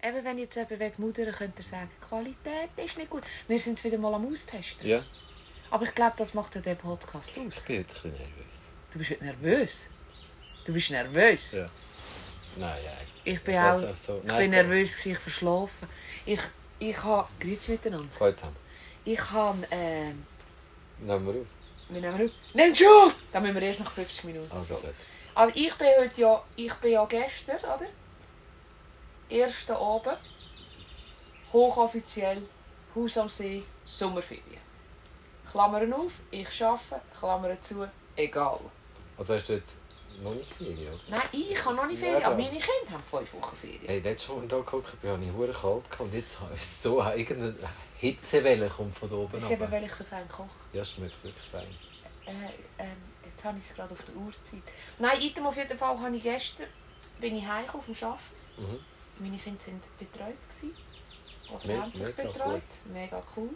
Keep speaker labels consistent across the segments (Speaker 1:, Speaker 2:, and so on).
Speaker 1: Eben, wenn jetzt jemand will, mudern könnt ihr sagen, die Qualität ist nicht gut. Wir sind es wieder mal am Austesten.
Speaker 2: Ja,
Speaker 1: Aber ich glaube, das macht ja den Podcast
Speaker 2: ich
Speaker 1: aus.
Speaker 2: bin heute ein bisschen nervös.
Speaker 1: Du bist heute nervös. Du bist nervös.
Speaker 2: Ja. Nein, Nou ja. eigentlich.
Speaker 1: Ich bin
Speaker 2: weiß
Speaker 1: auch-
Speaker 2: auch so.
Speaker 1: Ich bin nervös, gewesen, ich verschlafen. Ich, ich habe... Grüezi miteinander.
Speaker 2: Komm zusammen.
Speaker 1: Ich habe... Äh,
Speaker 2: Nehmen wir auf.
Speaker 1: wir nehmen auf. Nimm schon auf! Dann müssen wir erst nach 50 Minuten.
Speaker 2: Also gut.
Speaker 1: Aber ich bin heute ja... Ich bin ja gestern, oder? Ersten Abend. Hochoffiziell. Haus am See. Sommerferien. Klammern auf. Ich arbeite. Klammern zu. Egal.
Speaker 2: Also hast du jetzt noch nicht Ferien, oder?
Speaker 1: Nein, ich habe noch nicht Ferien.
Speaker 2: Ja,
Speaker 1: aber
Speaker 2: ja.
Speaker 1: meine Kinder haben fünf Wochen Ferien.
Speaker 2: Hey, letztes Mal, als ich da geguckt bin, hatte ich hure kalt gehabt und jetzt habe ich so irgendeine Hitzewelle kommt von da oben
Speaker 1: Das ist eben,
Speaker 2: runter.
Speaker 1: weil ich so fein koche.
Speaker 2: Ja, schmeckt wirklich fein.
Speaker 1: Äh, ähm, jetzt habe ich es gerade auf der Uhrzeit. Nein, item auf jeden Fall habe ich gestern, bin ich heim auf dem Schaffen.
Speaker 2: Mhm.
Speaker 1: Meine Kinder waren betreut. Gewesen, oder
Speaker 2: Me-
Speaker 1: haben sich
Speaker 2: mega
Speaker 1: betreut. Mega cool.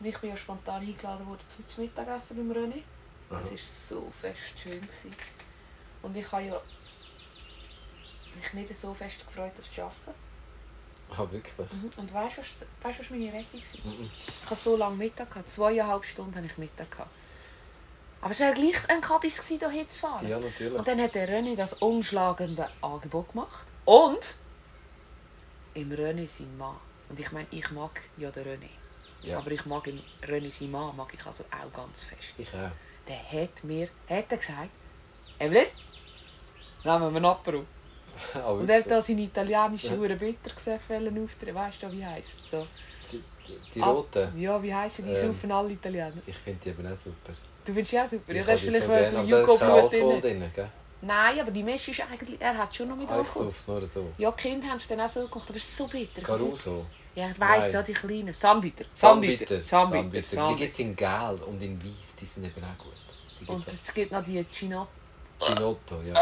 Speaker 1: Und ich bin ja spontan eingeladen worden zum Mittagessen beim René.
Speaker 2: Aha.
Speaker 1: Es war so fest schön. Gewesen. Und ich habe ja mich nicht so fest gefreut auf das Arbeiten.
Speaker 2: Ah, wirklich?
Speaker 1: Mhm. Und weißt du, was, weißt, du, was meine Rettung war?
Speaker 2: Mhm.
Speaker 1: Ich hatte so lange Mittag. Gehabt. Zweieinhalb Stunden hatte ich Mittag. Gehabt. Aber es wäre gleich ein Kabis gewesen, hier hinzufahren.
Speaker 2: Ja, natürlich.
Speaker 1: Und dann hat der René das umschlagende Angebot gemacht. Und im René sein Mann. Und ich meine, ich mag ja den René.
Speaker 2: Ja.
Speaker 1: Aber ich mag im René sein Mann, mag ich also auch ganz fest.
Speaker 2: Ich auch.
Speaker 1: Der hat mir hat er gesagt, Evelyn, nehmen wir einen Aperol.
Speaker 2: Ah,
Speaker 1: Und er hat
Speaker 2: wirklich?
Speaker 1: da seine italienische
Speaker 2: Ja.
Speaker 1: Hure Bitter gesehen, auftreten. Weißt du, wie heisst es da?
Speaker 2: Die, die, die
Speaker 1: Ah,
Speaker 2: roten,
Speaker 1: Ja, wie heissen die?
Speaker 2: Ähm.
Speaker 1: Saufen alle Italiener.
Speaker 2: ich finde die eben auch super.
Speaker 1: Du findest ja super. Ja,
Speaker 2: Ich
Speaker 1: das ist
Speaker 2: habe die
Speaker 1: vielleicht,
Speaker 2: so
Speaker 1: weil
Speaker 2: gerne,
Speaker 1: du
Speaker 2: aber da hat kein
Speaker 1: Joghurt
Speaker 2: Alkohol
Speaker 1: drin
Speaker 2: drin, gell?
Speaker 1: Nein, aber Nou die Mischung ist eigentlich... Er hat schon noch mit
Speaker 2: Ah, ich
Speaker 1: Alkohol.
Speaker 2: sauf's nur so.
Speaker 1: Ja, die Kinder haben es dann auch so gemacht, aber es ist so bitter. Ich weiß nicht.
Speaker 2: Caruso.
Speaker 1: Ja, ich weiss,
Speaker 2: Nein.
Speaker 1: da die Kleinen. Sambiter. Sambiter. Sambiter.
Speaker 2: Die
Speaker 1: Sambiter.
Speaker 2: gibt es in Gel und in Weiß, die sind eben auch gut. Die
Speaker 1: Und Äh.
Speaker 2: gibt's
Speaker 1: es gibt noch die Eh, Chinot.
Speaker 2: auch. Ginotto, ja.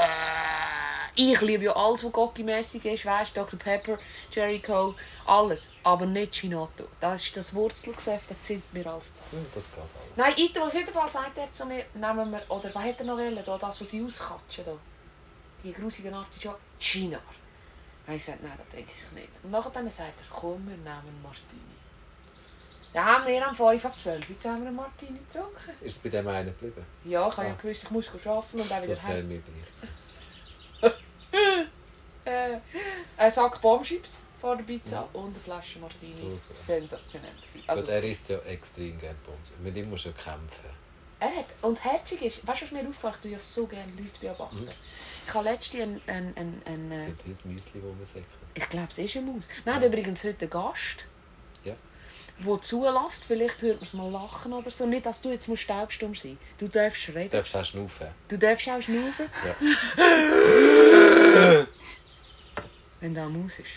Speaker 1: Ich liebe ja alles, was Gocki-mässig ist. Weißt Dr. Pepper, Jerry Coke, alles. Aber nicht Chinotto. Das ist das Wurzelgeschäft, das zieht mir alles zu.
Speaker 2: Hm, Das geht alles.
Speaker 1: Nein, Ito, auf jeden Fall sagt er zu mir, nehmen wir, oder was hat er noch wollen, da, das, was sie auskatschen, da. die grusigen Artischok, Chinar. Und ich sagte, nein, das trinke ich nicht. Und nachher dann sagt er, komm, wir nehmen Martini. Dann haben wir am 5 ab 12 Uhr zusammen einen Martini getrunken.
Speaker 2: Ist es bei dem einen geblieben?
Speaker 1: Ja, ich habe ja
Speaker 2: Ah.
Speaker 1: gewusst, ich muss arbeiten und dann wieder
Speaker 2: Das wäre
Speaker 1: heim.
Speaker 2: mir gleich. gewesen.
Speaker 1: Äh, ein Sack Bombschips vor der Pizza und eine Flasche Martini.
Speaker 2: Super.
Speaker 1: Sensationell. gewesen.
Speaker 2: Also
Speaker 1: Also,
Speaker 2: er isst ja extrem gerne Pommes. Mit ihm musst du ja kämpfen.
Speaker 1: Er hat, und herzig ist, weißt du, was mir aufgefallen ist? Ich tue ja so gerne Leute beobachten.
Speaker 2: Mhm.
Speaker 1: Ich habe letztens einen, einen, einen, einen äh,
Speaker 2: Das ist ein Müsli, das man säckelt.
Speaker 1: ich glaube, es ist eine Maus. Wir haben übrigens heute einen Gast,
Speaker 2: Ja.
Speaker 1: der zulässt. Vielleicht hört man es mal lachen oder so. Nicht, dass du jetzt musst taubstumm sein Du darfst reden.
Speaker 2: Du darfst auch schnaufen.
Speaker 1: Du darfst auch schnaufen.
Speaker 2: Ja.
Speaker 1: Wenn da eine Maus ist.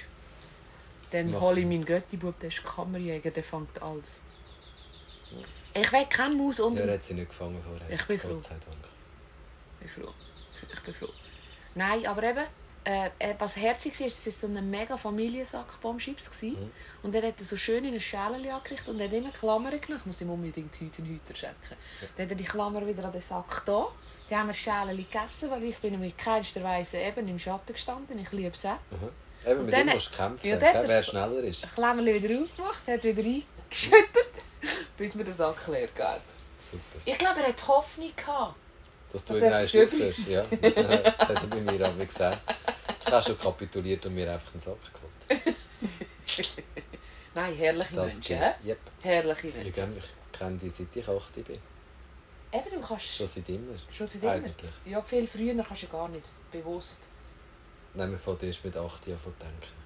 Speaker 1: Dann
Speaker 2: Macht
Speaker 1: hole ich meinen Göttibub, der ist Kammerjäger, der fängt alles. Ich will keine Maus unter
Speaker 2: Der hat sie nicht gefangen vorher.
Speaker 1: Ich bin
Speaker 2: Gott sei Dank.
Speaker 1: Ich bin froh. Ich bin froh. Nein, aber eben, äh, äh, was herzig war, es war so ein mega Familiensack Bombschips. Mhm. Und er hat ihn so schön in eine Schälchen angerichtet und hat immer Klammern genommen. Ich muss ihm unbedingt heute und heute schenken. Dann hat er die Klammern wieder an den Sack da. Die haben wir Schälchen gegessen, weil ich bin mit keinster Weise eben im Schatten gestanden. Ich liebe es auch.
Speaker 2: Mhm. Eben, mit
Speaker 1: dann
Speaker 2: ihm
Speaker 1: hat-
Speaker 2: musst du kämpfen,
Speaker 1: Ja,
Speaker 2: ja,
Speaker 1: der hat
Speaker 2: wer
Speaker 1: das-
Speaker 2: schneller ist.
Speaker 1: Die Klammern wieder aufgemacht, hat wieder eingeschüttet, bis mir der Sack leer geht.
Speaker 2: Super.
Speaker 1: Ich glaube, er hat Hoffnung gehabt.
Speaker 2: Dass du
Speaker 1: Das
Speaker 2: ihn
Speaker 1: hat
Speaker 2: einen
Speaker 1: schon-
Speaker 2: schnaufen Ja, das hat er bei mir auch gesagt. Ich habe schon kapituliert und mir einfach einen Sack geholt.
Speaker 1: Nein, herrliche
Speaker 2: Das
Speaker 1: Menschen,
Speaker 2: geht.
Speaker 1: hä?
Speaker 2: Yep.
Speaker 1: Herrliche
Speaker 2: Ich
Speaker 1: Menschen.
Speaker 2: kenne- ich kenne die seit ich 8 bin.
Speaker 1: Eben, du kannst...
Speaker 2: Schon seit immer.
Speaker 1: Schon seit immer?
Speaker 2: Eigentlich.
Speaker 1: Ja, viel früher kannst du ja gar nicht bewusst.
Speaker 2: Nehmen wir von dir ist mit 8 Jahren von denken.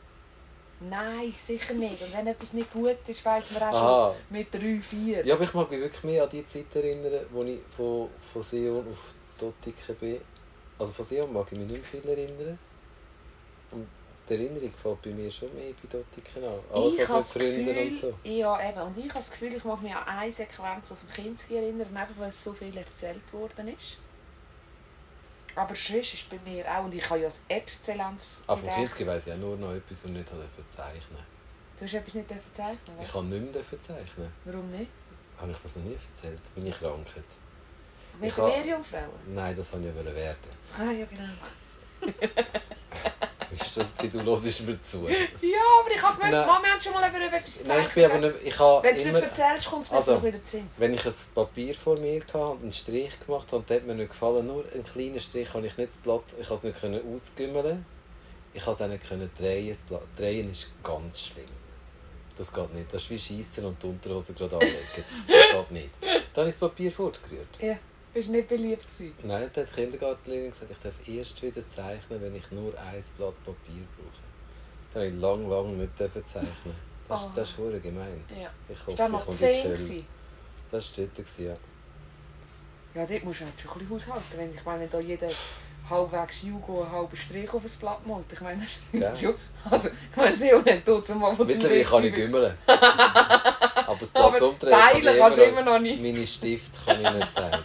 Speaker 1: Nein, sicher nicht. Und wenn etwas nicht gut ist, weiß man auch
Speaker 2: Aha.
Speaker 1: Ah, schon mit drei, vier.
Speaker 2: Ja, aber ich mag mich wirklich mehr an die Zeit erinnern, wo ich von, von Sion auf Dottiken bin. Also von Sion mag ich mich nicht mehr viel erinnern. Und die Erinnerung fällt bei mir schon mehr bei Dottiken an. Alles
Speaker 1: ich habe das
Speaker 2: was mit
Speaker 1: Gefühl,
Speaker 2: Freunden und so.
Speaker 1: ja eben, und ich habe das Gefühl, ich mag mich an eine Sequenz aus dem Kinski erinnern, einfach weil so viel erzählt worden ist. Aber sonst ist bei mir auch, und ich habe ja als Exzellenz
Speaker 2: Aber von
Speaker 1: gedacht.
Speaker 2: Ah, Kinski weiss ich auch nur noch etwas, was ich nicht habe zeichnen
Speaker 1: Du hast etwas nicht dürfen zeichnen,
Speaker 2: Ich
Speaker 1: weißt
Speaker 2: kann nicht mehr zeichnen.
Speaker 1: du? Warum nicht?
Speaker 2: Habe ich das noch nie erzählt? Meine Krankheit.
Speaker 1: Mit
Speaker 2: Ich
Speaker 1: den
Speaker 2: habe-
Speaker 1: Meerjungfrauen?
Speaker 2: Nein, das wollte ich ja werden.
Speaker 1: Ah ja, genau.
Speaker 2: Ist das, die du hörst mir zu?
Speaker 1: Ja, aber ich habe gewusst,
Speaker 2: Nein.
Speaker 1: Mama, wir haben schon mal über etwas gezeichnet.
Speaker 2: Nein, ich bin aber nicht... Ich habe
Speaker 1: Wenn du es uns
Speaker 2: immer-
Speaker 1: erzählst, kommt es mir
Speaker 2: Also.
Speaker 1: noch wieder zu Sinn.
Speaker 2: Wenn ich ein Papier vor mir hatte und einen Strich gemacht habe, und das hat mir nicht gefallen, nur einen kleinen Strich habe ich nicht das Blatt, ich habe es nicht können ausgümmeln. Ich habe es auch nicht können drehen. Das Blatt, drehen ist ganz schlimm. Das geht nicht. Das ist wie Schiessen und die Unterhose gerade anlegen. Das geht nicht. Dann ist das Papier fortgerührt.
Speaker 1: Ja, dus bist nicht beliebt gewesen.
Speaker 2: Nein, dann hat die Kindergartenlehrerin gesagt, ich darf erst wieder zeichnen, wenn ich nur ein Blatt Papier brauche. Dann habe ich lang, lang nicht dürfen zeichnen. Das,
Speaker 1: Oh.
Speaker 2: ist das ist verdammt gemein.
Speaker 1: Ja.
Speaker 2: Ich
Speaker 1: Ist
Speaker 2: hoffe,
Speaker 1: das
Speaker 2: sie
Speaker 1: noch
Speaker 2: kommt in die
Speaker 1: 10
Speaker 2: Hölle.
Speaker 1: gewesen?
Speaker 2: Das war dort, ja.
Speaker 1: Ja, dort musst du halt schon ein bisschen haushalten. Wenn, ich meine, wenn da jeder halbwegs Jugo einen halben Strich auf ein Blatt malt, ich meine, das ist
Speaker 2: Ja.
Speaker 1: schon... Also, ich meine, sie und nicht tot zumal von
Speaker 2: Mittlerweile kann ich gümmeln. Aber das
Speaker 1: Aber
Speaker 2: Blatt umdrehen
Speaker 1: teilen
Speaker 2: kann ich
Speaker 1: kannst du immer noch nicht.
Speaker 2: Meine Stift kann ich nicht teilen.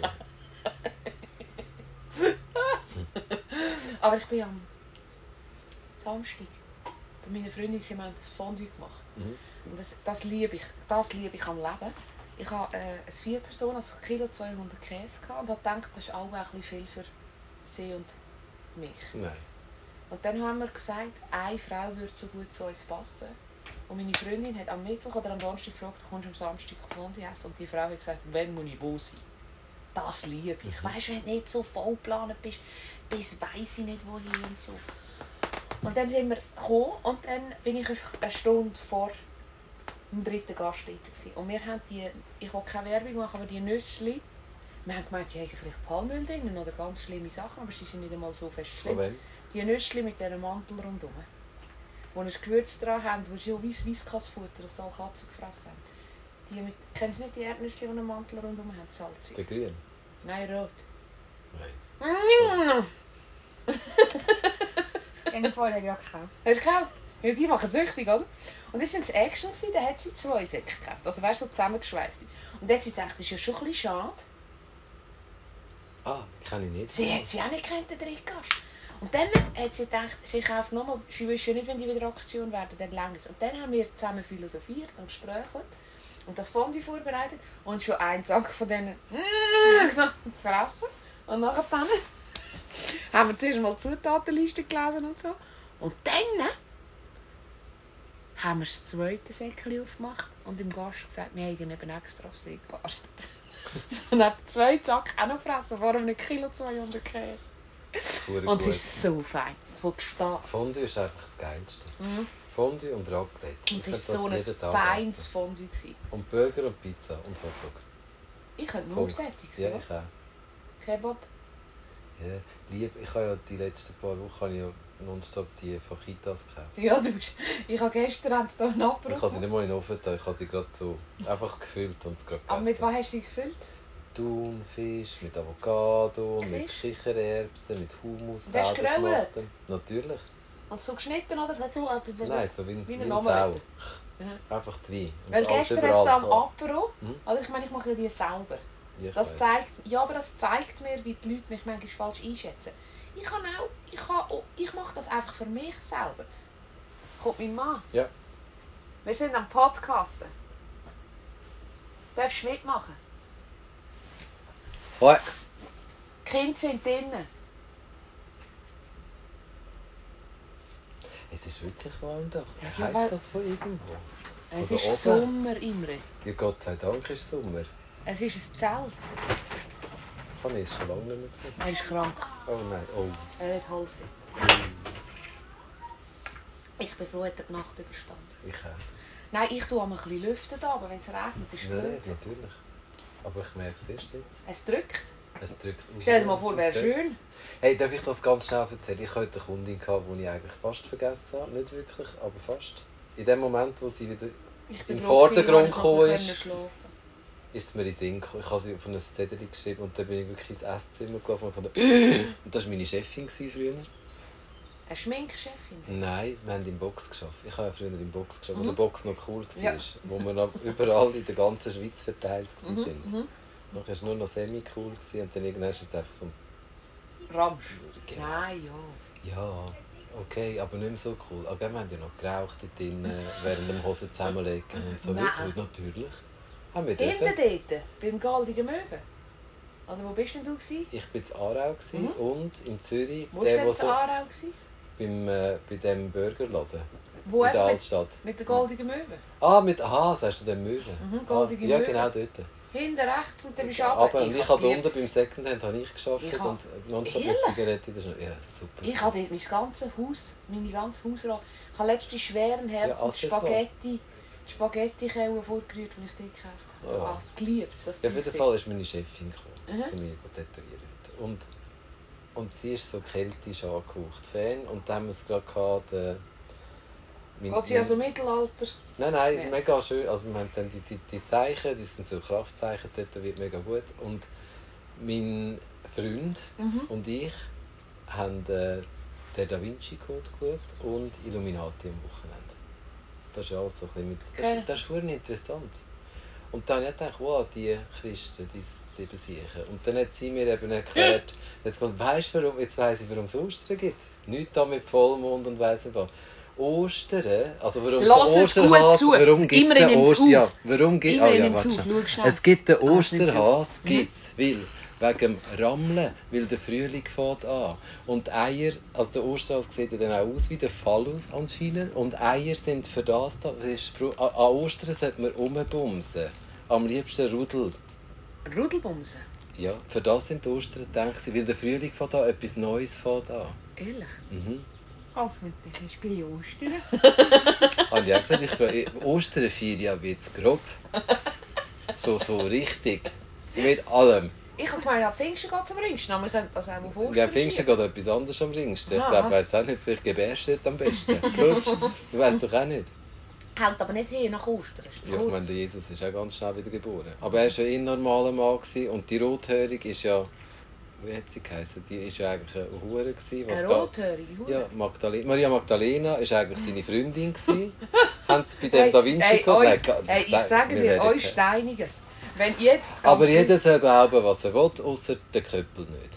Speaker 1: Aber ich bin am Samstag bei meiner Freundin, sie haben das Fondue gemacht.
Speaker 2: Mhm.
Speaker 1: Und das, das liebe ich, das liebe ich am Leben. Ich habe äh, ein vier Personen, also Kilo 200 Käse gehabt und habe gedacht, das ist auch ein bisschen viel für sie und mich.
Speaker 2: Nein.
Speaker 1: Und dann haben wir gesagt, eine Frau würde so gut zu uns passen. Und meine Freundin hat am Mittwoch oder am Donnerstag gefragt, kommst du am Samstag Fondue essen? Und die Frau hat gesagt, wenn muss ich wo sein? Das liebe ich. Weißt du, wenn du nicht so voll geplant bist, bis weiss ich nicht wohin und so. Und dann sind wir gekommen und dann bin ich eine Stunde vor dem dritten Gastleiter. gewesen. Und wir haben die, ich will keine Werbung machen, aber die Nüsse, wir haben gemeint, die hätten vielleicht Palmöl drin oder ganz schlimme Sachen, aber sie sind nicht einmal so fest schlimm.
Speaker 2: Von wem?
Speaker 1: Die Nüsse mit dieser Mantel rundum. Wo ein Gewürz dran haben, wo sie auch weiss Weisskassfutter, das alle Katzen gefressen haben. Die mit, kennst du nicht die Erdnüsse, die einen Mantel rundum haben?
Speaker 2: Der
Speaker 1: Salzig.
Speaker 2: Grün?
Speaker 1: Nein, rot.
Speaker 2: Nein.
Speaker 3: Ich habe vorher gerade gekauft.
Speaker 1: Hast du gekauft? Ja, die machen süchtig, oder? Und das waren das Action, gewesen, da hat sie zwei Säcke gekauft. Also weißt du, so zusammengeschweißt. Und dann hat sie gedacht, das ist ja schon ein bisschen schade.
Speaker 2: Ah, kann ich nicht.
Speaker 1: Sie hat sie auch nicht kennt, den Drittgast. Und dann hat sie gedacht, sie kauft nochmal, sie wüsste ja nicht, wenn die wieder Aktion werden, dann lange Und dann haben wir zusammen philosophiert und gesprochen und das Fondue vorbereitet und schon einen Sack von denen mm, gefressen. Und nachher dann haben wir zuerst mal die Zutatenliste gelesen und so. Und dann haben wir das zweite Säckchen aufgemacht und im Gast gesagt, wir hätten eben extra auf sie gewartet. und hat zwei Zack auch noch gefressen, vor einem Kilo 200 Käse.
Speaker 2: Hure
Speaker 1: Und es
Speaker 2: gut.
Speaker 1: ist so fein. Voll stark.
Speaker 2: Fondue ist einfach das Geilste. Fondue und Raclette.
Speaker 1: Mhm. Und
Speaker 2: Ich
Speaker 1: es
Speaker 2: könnte
Speaker 1: war so ein
Speaker 2: das jeden Tag
Speaker 1: feines
Speaker 2: essen.
Speaker 1: Fondue. Gewesen.
Speaker 2: Und Burger und Pizza und Hotdog.
Speaker 1: Ich könnte nur
Speaker 2: Punkt.
Speaker 1: tätig
Speaker 2: Ja,
Speaker 1: sein.
Speaker 2: ich auch.
Speaker 1: Kebab.
Speaker 2: Ja. Lieb, ich habe ja die letzten paar Wochen habe ich ja nonstop die eh, Fajitas gekauft.
Speaker 1: Ja, du bist... Ich habe gestern haben sie da einen
Speaker 2: Ich habe sie
Speaker 1: Abbruch
Speaker 2: nicht mal in den Ofen getan, ich habe sie gerade so einfach gefüllt und es gerade
Speaker 1: Aber mit
Speaker 2: gegessen.
Speaker 1: was hast du sie gefüllt?
Speaker 2: Thunfisch, mit Avocado, mit
Speaker 1: Siehst?
Speaker 2: Kichererbsen, mit Hummus,
Speaker 1: Und hast du
Speaker 2: selber
Speaker 1: gerölt?
Speaker 2: gemachten. Natürlich.
Speaker 1: Und so geschnitten, oder? So, äh,
Speaker 2: Nein, so wie
Speaker 1: Wie
Speaker 2: ein, wie
Speaker 1: eine
Speaker 2: ein Sau.
Speaker 1: Omelette.
Speaker 2: Einfach rein. Und
Speaker 1: Weil
Speaker 2: alles
Speaker 1: gestern hat
Speaker 2: überall
Speaker 1: es am
Speaker 2: so.
Speaker 1: Apero...
Speaker 2: Mhm.
Speaker 1: Oder ich meine, ich mache ja die selber.
Speaker 2: Ja, ich
Speaker 1: Das
Speaker 2: weiss.
Speaker 1: zeigt, ja, aber das zeigt mir, wie die Leute mich manchmal falsch einschätzen. Ich kann auch, ich kann, auch- ich mache das einfach für mich selber. Kommt mein Mann.
Speaker 2: Ja.
Speaker 1: Wir sind am Podcasten. Darfst du mitmachen?
Speaker 2: Hoi.
Speaker 1: Die Kinder sind drinnen.
Speaker 2: Es ist wirklich warm doch.
Speaker 1: Ja,
Speaker 2: Heißt
Speaker 1: ja, weil-
Speaker 2: das von irgendwo?
Speaker 1: Es
Speaker 2: Oder
Speaker 1: ist
Speaker 2: oben.
Speaker 1: Sommer, Imre.
Speaker 2: Ja, Gott sei Dank ist Sommer.
Speaker 1: Es ist ein Zelt.
Speaker 2: Ich habe es schon lange nicht mehr gesehen.
Speaker 1: Er ist krank.
Speaker 2: Oh nein, oh.
Speaker 1: Er hat Halsweh. Ich bin froh, er hat er die Nacht überstanden.
Speaker 2: Ich auch.
Speaker 1: Nein, ich tue einmal ein bisschen lüften, da, aber wenn es regnet, ist es
Speaker 2: Nein,
Speaker 1: blöd.
Speaker 2: natürlich. Aber ich merke es erst jetzt.
Speaker 1: Es drückt.
Speaker 2: Es drückt auf.
Speaker 1: Stell dir mal vor, wäre schön.
Speaker 2: Hey, darf ich das ganz schnell erzählen? Ich hatte eine Kundin, die ich eigentlich fast vergessen habe. Nicht wirklich, aber fast. In dem Moment, wo sie wieder...
Speaker 1: Ich
Speaker 2: Im
Speaker 1: froh gewesen, dass
Speaker 2: Vordergrund
Speaker 1: ich noch
Speaker 2: gekommen
Speaker 1: nicht
Speaker 2: ist.
Speaker 1: schlafen konnte.
Speaker 2: ist es mir in den Sinn gekommen. Ich habe sie auf einen Zettel geschrieben und dann bin ich wirklich ins Esszimmer gelaufen und fand, und das war meine Chefin gewesen früher.
Speaker 1: Eine Schminkchefin.
Speaker 2: Nein, wir haben im Box geschafft. Ich habe ja früher im Box geschafft, wo
Speaker 1: Mhm.
Speaker 2: der Box noch cool war,
Speaker 1: Ja.
Speaker 2: wo wir noch überall in der ganzen Schweiz verteilt
Speaker 1: Mhm,
Speaker 2: waren. sind. Nachher war es nur noch semi-cool gewesen und dann irgendwann ist es einfach so ein
Speaker 1: Ramsch.
Speaker 2: Genau.
Speaker 1: Nein, ja.
Speaker 2: Ja, okay, aber nicht mehr so cool. Aber wir haben ja noch geraucht dort drinnen, während dem Hosen zusammenlegen und so.
Speaker 1: Nein.
Speaker 2: Wirklich, natürlich. Haben wir dürfen.
Speaker 1: Hinten dort, beim Goldigen Möwe. Oder wo bist denn du? Gewesen?
Speaker 2: Ich war in Aarau gewesen und in Zürich.
Speaker 1: Mhm. Wo war denn
Speaker 2: wo
Speaker 1: das Aarau? Gewesen?
Speaker 2: beim, äh, bei dem Burgerladen
Speaker 1: Wo
Speaker 2: in der
Speaker 1: eben mit,
Speaker 2: Altstadt.
Speaker 1: mit der goldigen Möwe.
Speaker 2: Ah, mit Aha, hast du den Möwen?
Speaker 1: Mhm, goldige
Speaker 2: ah, Ja,
Speaker 1: Möwen.
Speaker 2: genau dort.
Speaker 1: Hinten rechts und dann bist du
Speaker 2: Aber und ich
Speaker 1: hab's
Speaker 2: habe
Speaker 1: geliebt.
Speaker 2: unten beim Secondhand habe ich geschafft
Speaker 1: Ich hab-
Speaker 2: und nonstop mit
Speaker 1: Ehrlich?
Speaker 2: Zigarette in der Schnur. Ja, super.
Speaker 1: Ich habe dort mein ganzes Haus, meine ganze Hausrat. Ich habe letztens schweren
Speaker 2: Ja,
Speaker 1: Herzens
Speaker 2: Accessoire.
Speaker 1: Spaghetti, die Spaghetti-Kelle vorgerührt, die ich dort gekauft habe. Ich
Speaker 2: Ja.
Speaker 1: habe es geliebt, das
Speaker 2: Oh. Ja, auf jeden
Speaker 1: Zeug.
Speaker 2: Fall ist meine Chefin gekommen,
Speaker 1: Mhm.
Speaker 2: zu mir zu tätowieren. Und, und sie ist so keltisch angehaucht, Fan. Und dann haben wir es gerade gehabt, äh, mein-
Speaker 1: Geht sie
Speaker 2: mein-
Speaker 1: also Mittelalter?
Speaker 2: Nein, nein,
Speaker 1: Ja.
Speaker 2: mega schön. Also wir haben dann die, die, die Zeichen, die sind so Kraftzeichen tätowiert, mega gut. Und mein Freund und ich haben äh, den Da Vinci Code geschaut und Illuminati am Wochenende. Das ist alles so ein bisschen mit... Das,
Speaker 1: Okay.
Speaker 2: ist- das ist verdammt interessant. Und dann habe ich auch gedacht, wow, die Christen, die sieben Siechen. Und dann hat sie mir eben erklärt, jetzt kommt, weißt du warum, jetzt weiss ich, warum es Ostern gibt. Nicht da mit Vollmond und weiss nicht was. Ostern, also warum
Speaker 1: Lasst
Speaker 2: der
Speaker 1: gut zu.
Speaker 2: warum gibt es
Speaker 1: Immerhin
Speaker 2: den
Speaker 1: nimmt's auf.
Speaker 2: Oster, ja, warum gibt,
Speaker 1: Immerhin
Speaker 2: ah, ja,
Speaker 1: nimmt's
Speaker 2: warte
Speaker 1: auf,
Speaker 2: schnell.
Speaker 1: schau schnell.
Speaker 2: Es gibt den
Speaker 1: Ah, ist nicht
Speaker 2: Osterhas, gibt's, weil wegen dem Rammeln, weil der Frühling fährt an. Und die Eier, also der Osterhas sieht ja dann auch aus wie der Phallus anscheinend. Und Eier sind für das da, das ist, Fru- an an Ostern sollte man rumbumsen. Am liebsten Rudel.
Speaker 1: Rudelbumsen?
Speaker 2: Ja, für das sind die Ostern gedacht, weil der Frühling fährt an, etwas Neues fährt an.
Speaker 1: Ehrlich?
Speaker 3: Hoffentlich ist gleich Ostern.
Speaker 2: Habe Ah, ich auch gesagt, ich frage, Ostern feiere ich aber jetzt grob. So, so richtig. Mit allem.
Speaker 1: Ich habe gemeint, ja, Pfingsten geht zum Ringsten, aber wir könnten das auch auf Ostern
Speaker 2: Ja, Pfingsten
Speaker 1: schieben.
Speaker 2: geht etwas anderes am ringsten. Ich
Speaker 1: Ah.
Speaker 2: glaube, ich weiß auch nicht, vielleicht gebärst du dort am besten. Lutsch, du weißt doch auch nicht.
Speaker 1: Hält aber nicht hin nach Ostern. Ist das
Speaker 2: Ja, ich
Speaker 1: gut?
Speaker 2: meine, der Jesus ist auch ganz schnell wieder geboren. Aber er war ja ein normaler Mann gewesen und die Rothörige ist ja, wie hat sie geheißen? Die ist ja eigentlich eine Hure gewesen. was
Speaker 1: Eine
Speaker 2: da-
Speaker 1: rothörige Hure.
Speaker 2: Ja, Magdalena. Maria Magdalena war eigentlich seine Freundin. gewesen. Haben sie bei dem
Speaker 1: Hey,
Speaker 2: Da Vinci
Speaker 1: hey,
Speaker 2: gehabt?
Speaker 1: uns,
Speaker 2: Nein,
Speaker 1: hey, ich
Speaker 2: das-
Speaker 1: sage
Speaker 2: wir
Speaker 1: dir,
Speaker 2: werden
Speaker 1: euch
Speaker 2: kein-
Speaker 1: ist einiges. Wenn jetzt die
Speaker 2: Aber
Speaker 1: ganze-
Speaker 2: jeder soll glauben, was er will, außer der Köppel nicht.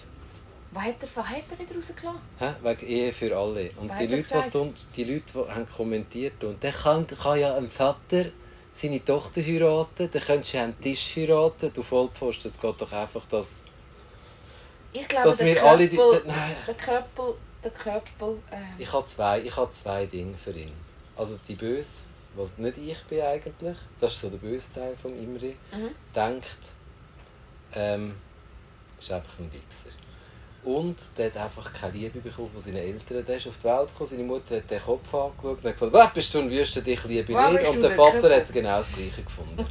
Speaker 1: Was hat er, was hat er wieder rausgelassen?
Speaker 2: Hä? Wegen Ehe für alle. Und
Speaker 1: Wer hat
Speaker 2: die
Speaker 1: denn
Speaker 2: Leute, was
Speaker 1: gesagt?
Speaker 2: tun, die Leute die haben kommentiert. Und der kann, kann ja ein Vater seine Tochter heiraten, dann könntest du ja einen Tisch heiraten. Du Vollpfost, das geht doch einfach, dass,
Speaker 1: Ich glaube,
Speaker 2: dass
Speaker 1: der
Speaker 2: wir alle... Die,
Speaker 1: Köppel...
Speaker 2: nein,
Speaker 1: Der Köppel... Der Köppel... Ähm,
Speaker 2: ich habe zwei, ich habe zwei Dinge für ihn. Also die Böse, was nicht ich bin eigentlich, das ist so der böse Teil von Imri,
Speaker 1: Mhm.
Speaker 2: denkt, ähm, ist einfach ein Wichser. Und der hat einfach keine Liebe bekommen von seinen Eltern. Der ist auf die Welt gekommen, seine Mutter hat den Kopf angeschaut und hat gefragt, «Was bist du ein Wüste, dich liebe
Speaker 1: Wow,
Speaker 2: nicht?»
Speaker 1: bist
Speaker 2: Und
Speaker 1: du
Speaker 2: der
Speaker 1: der
Speaker 2: Vater
Speaker 1: Köppel?
Speaker 2: hat genau das Gleiche gefunden.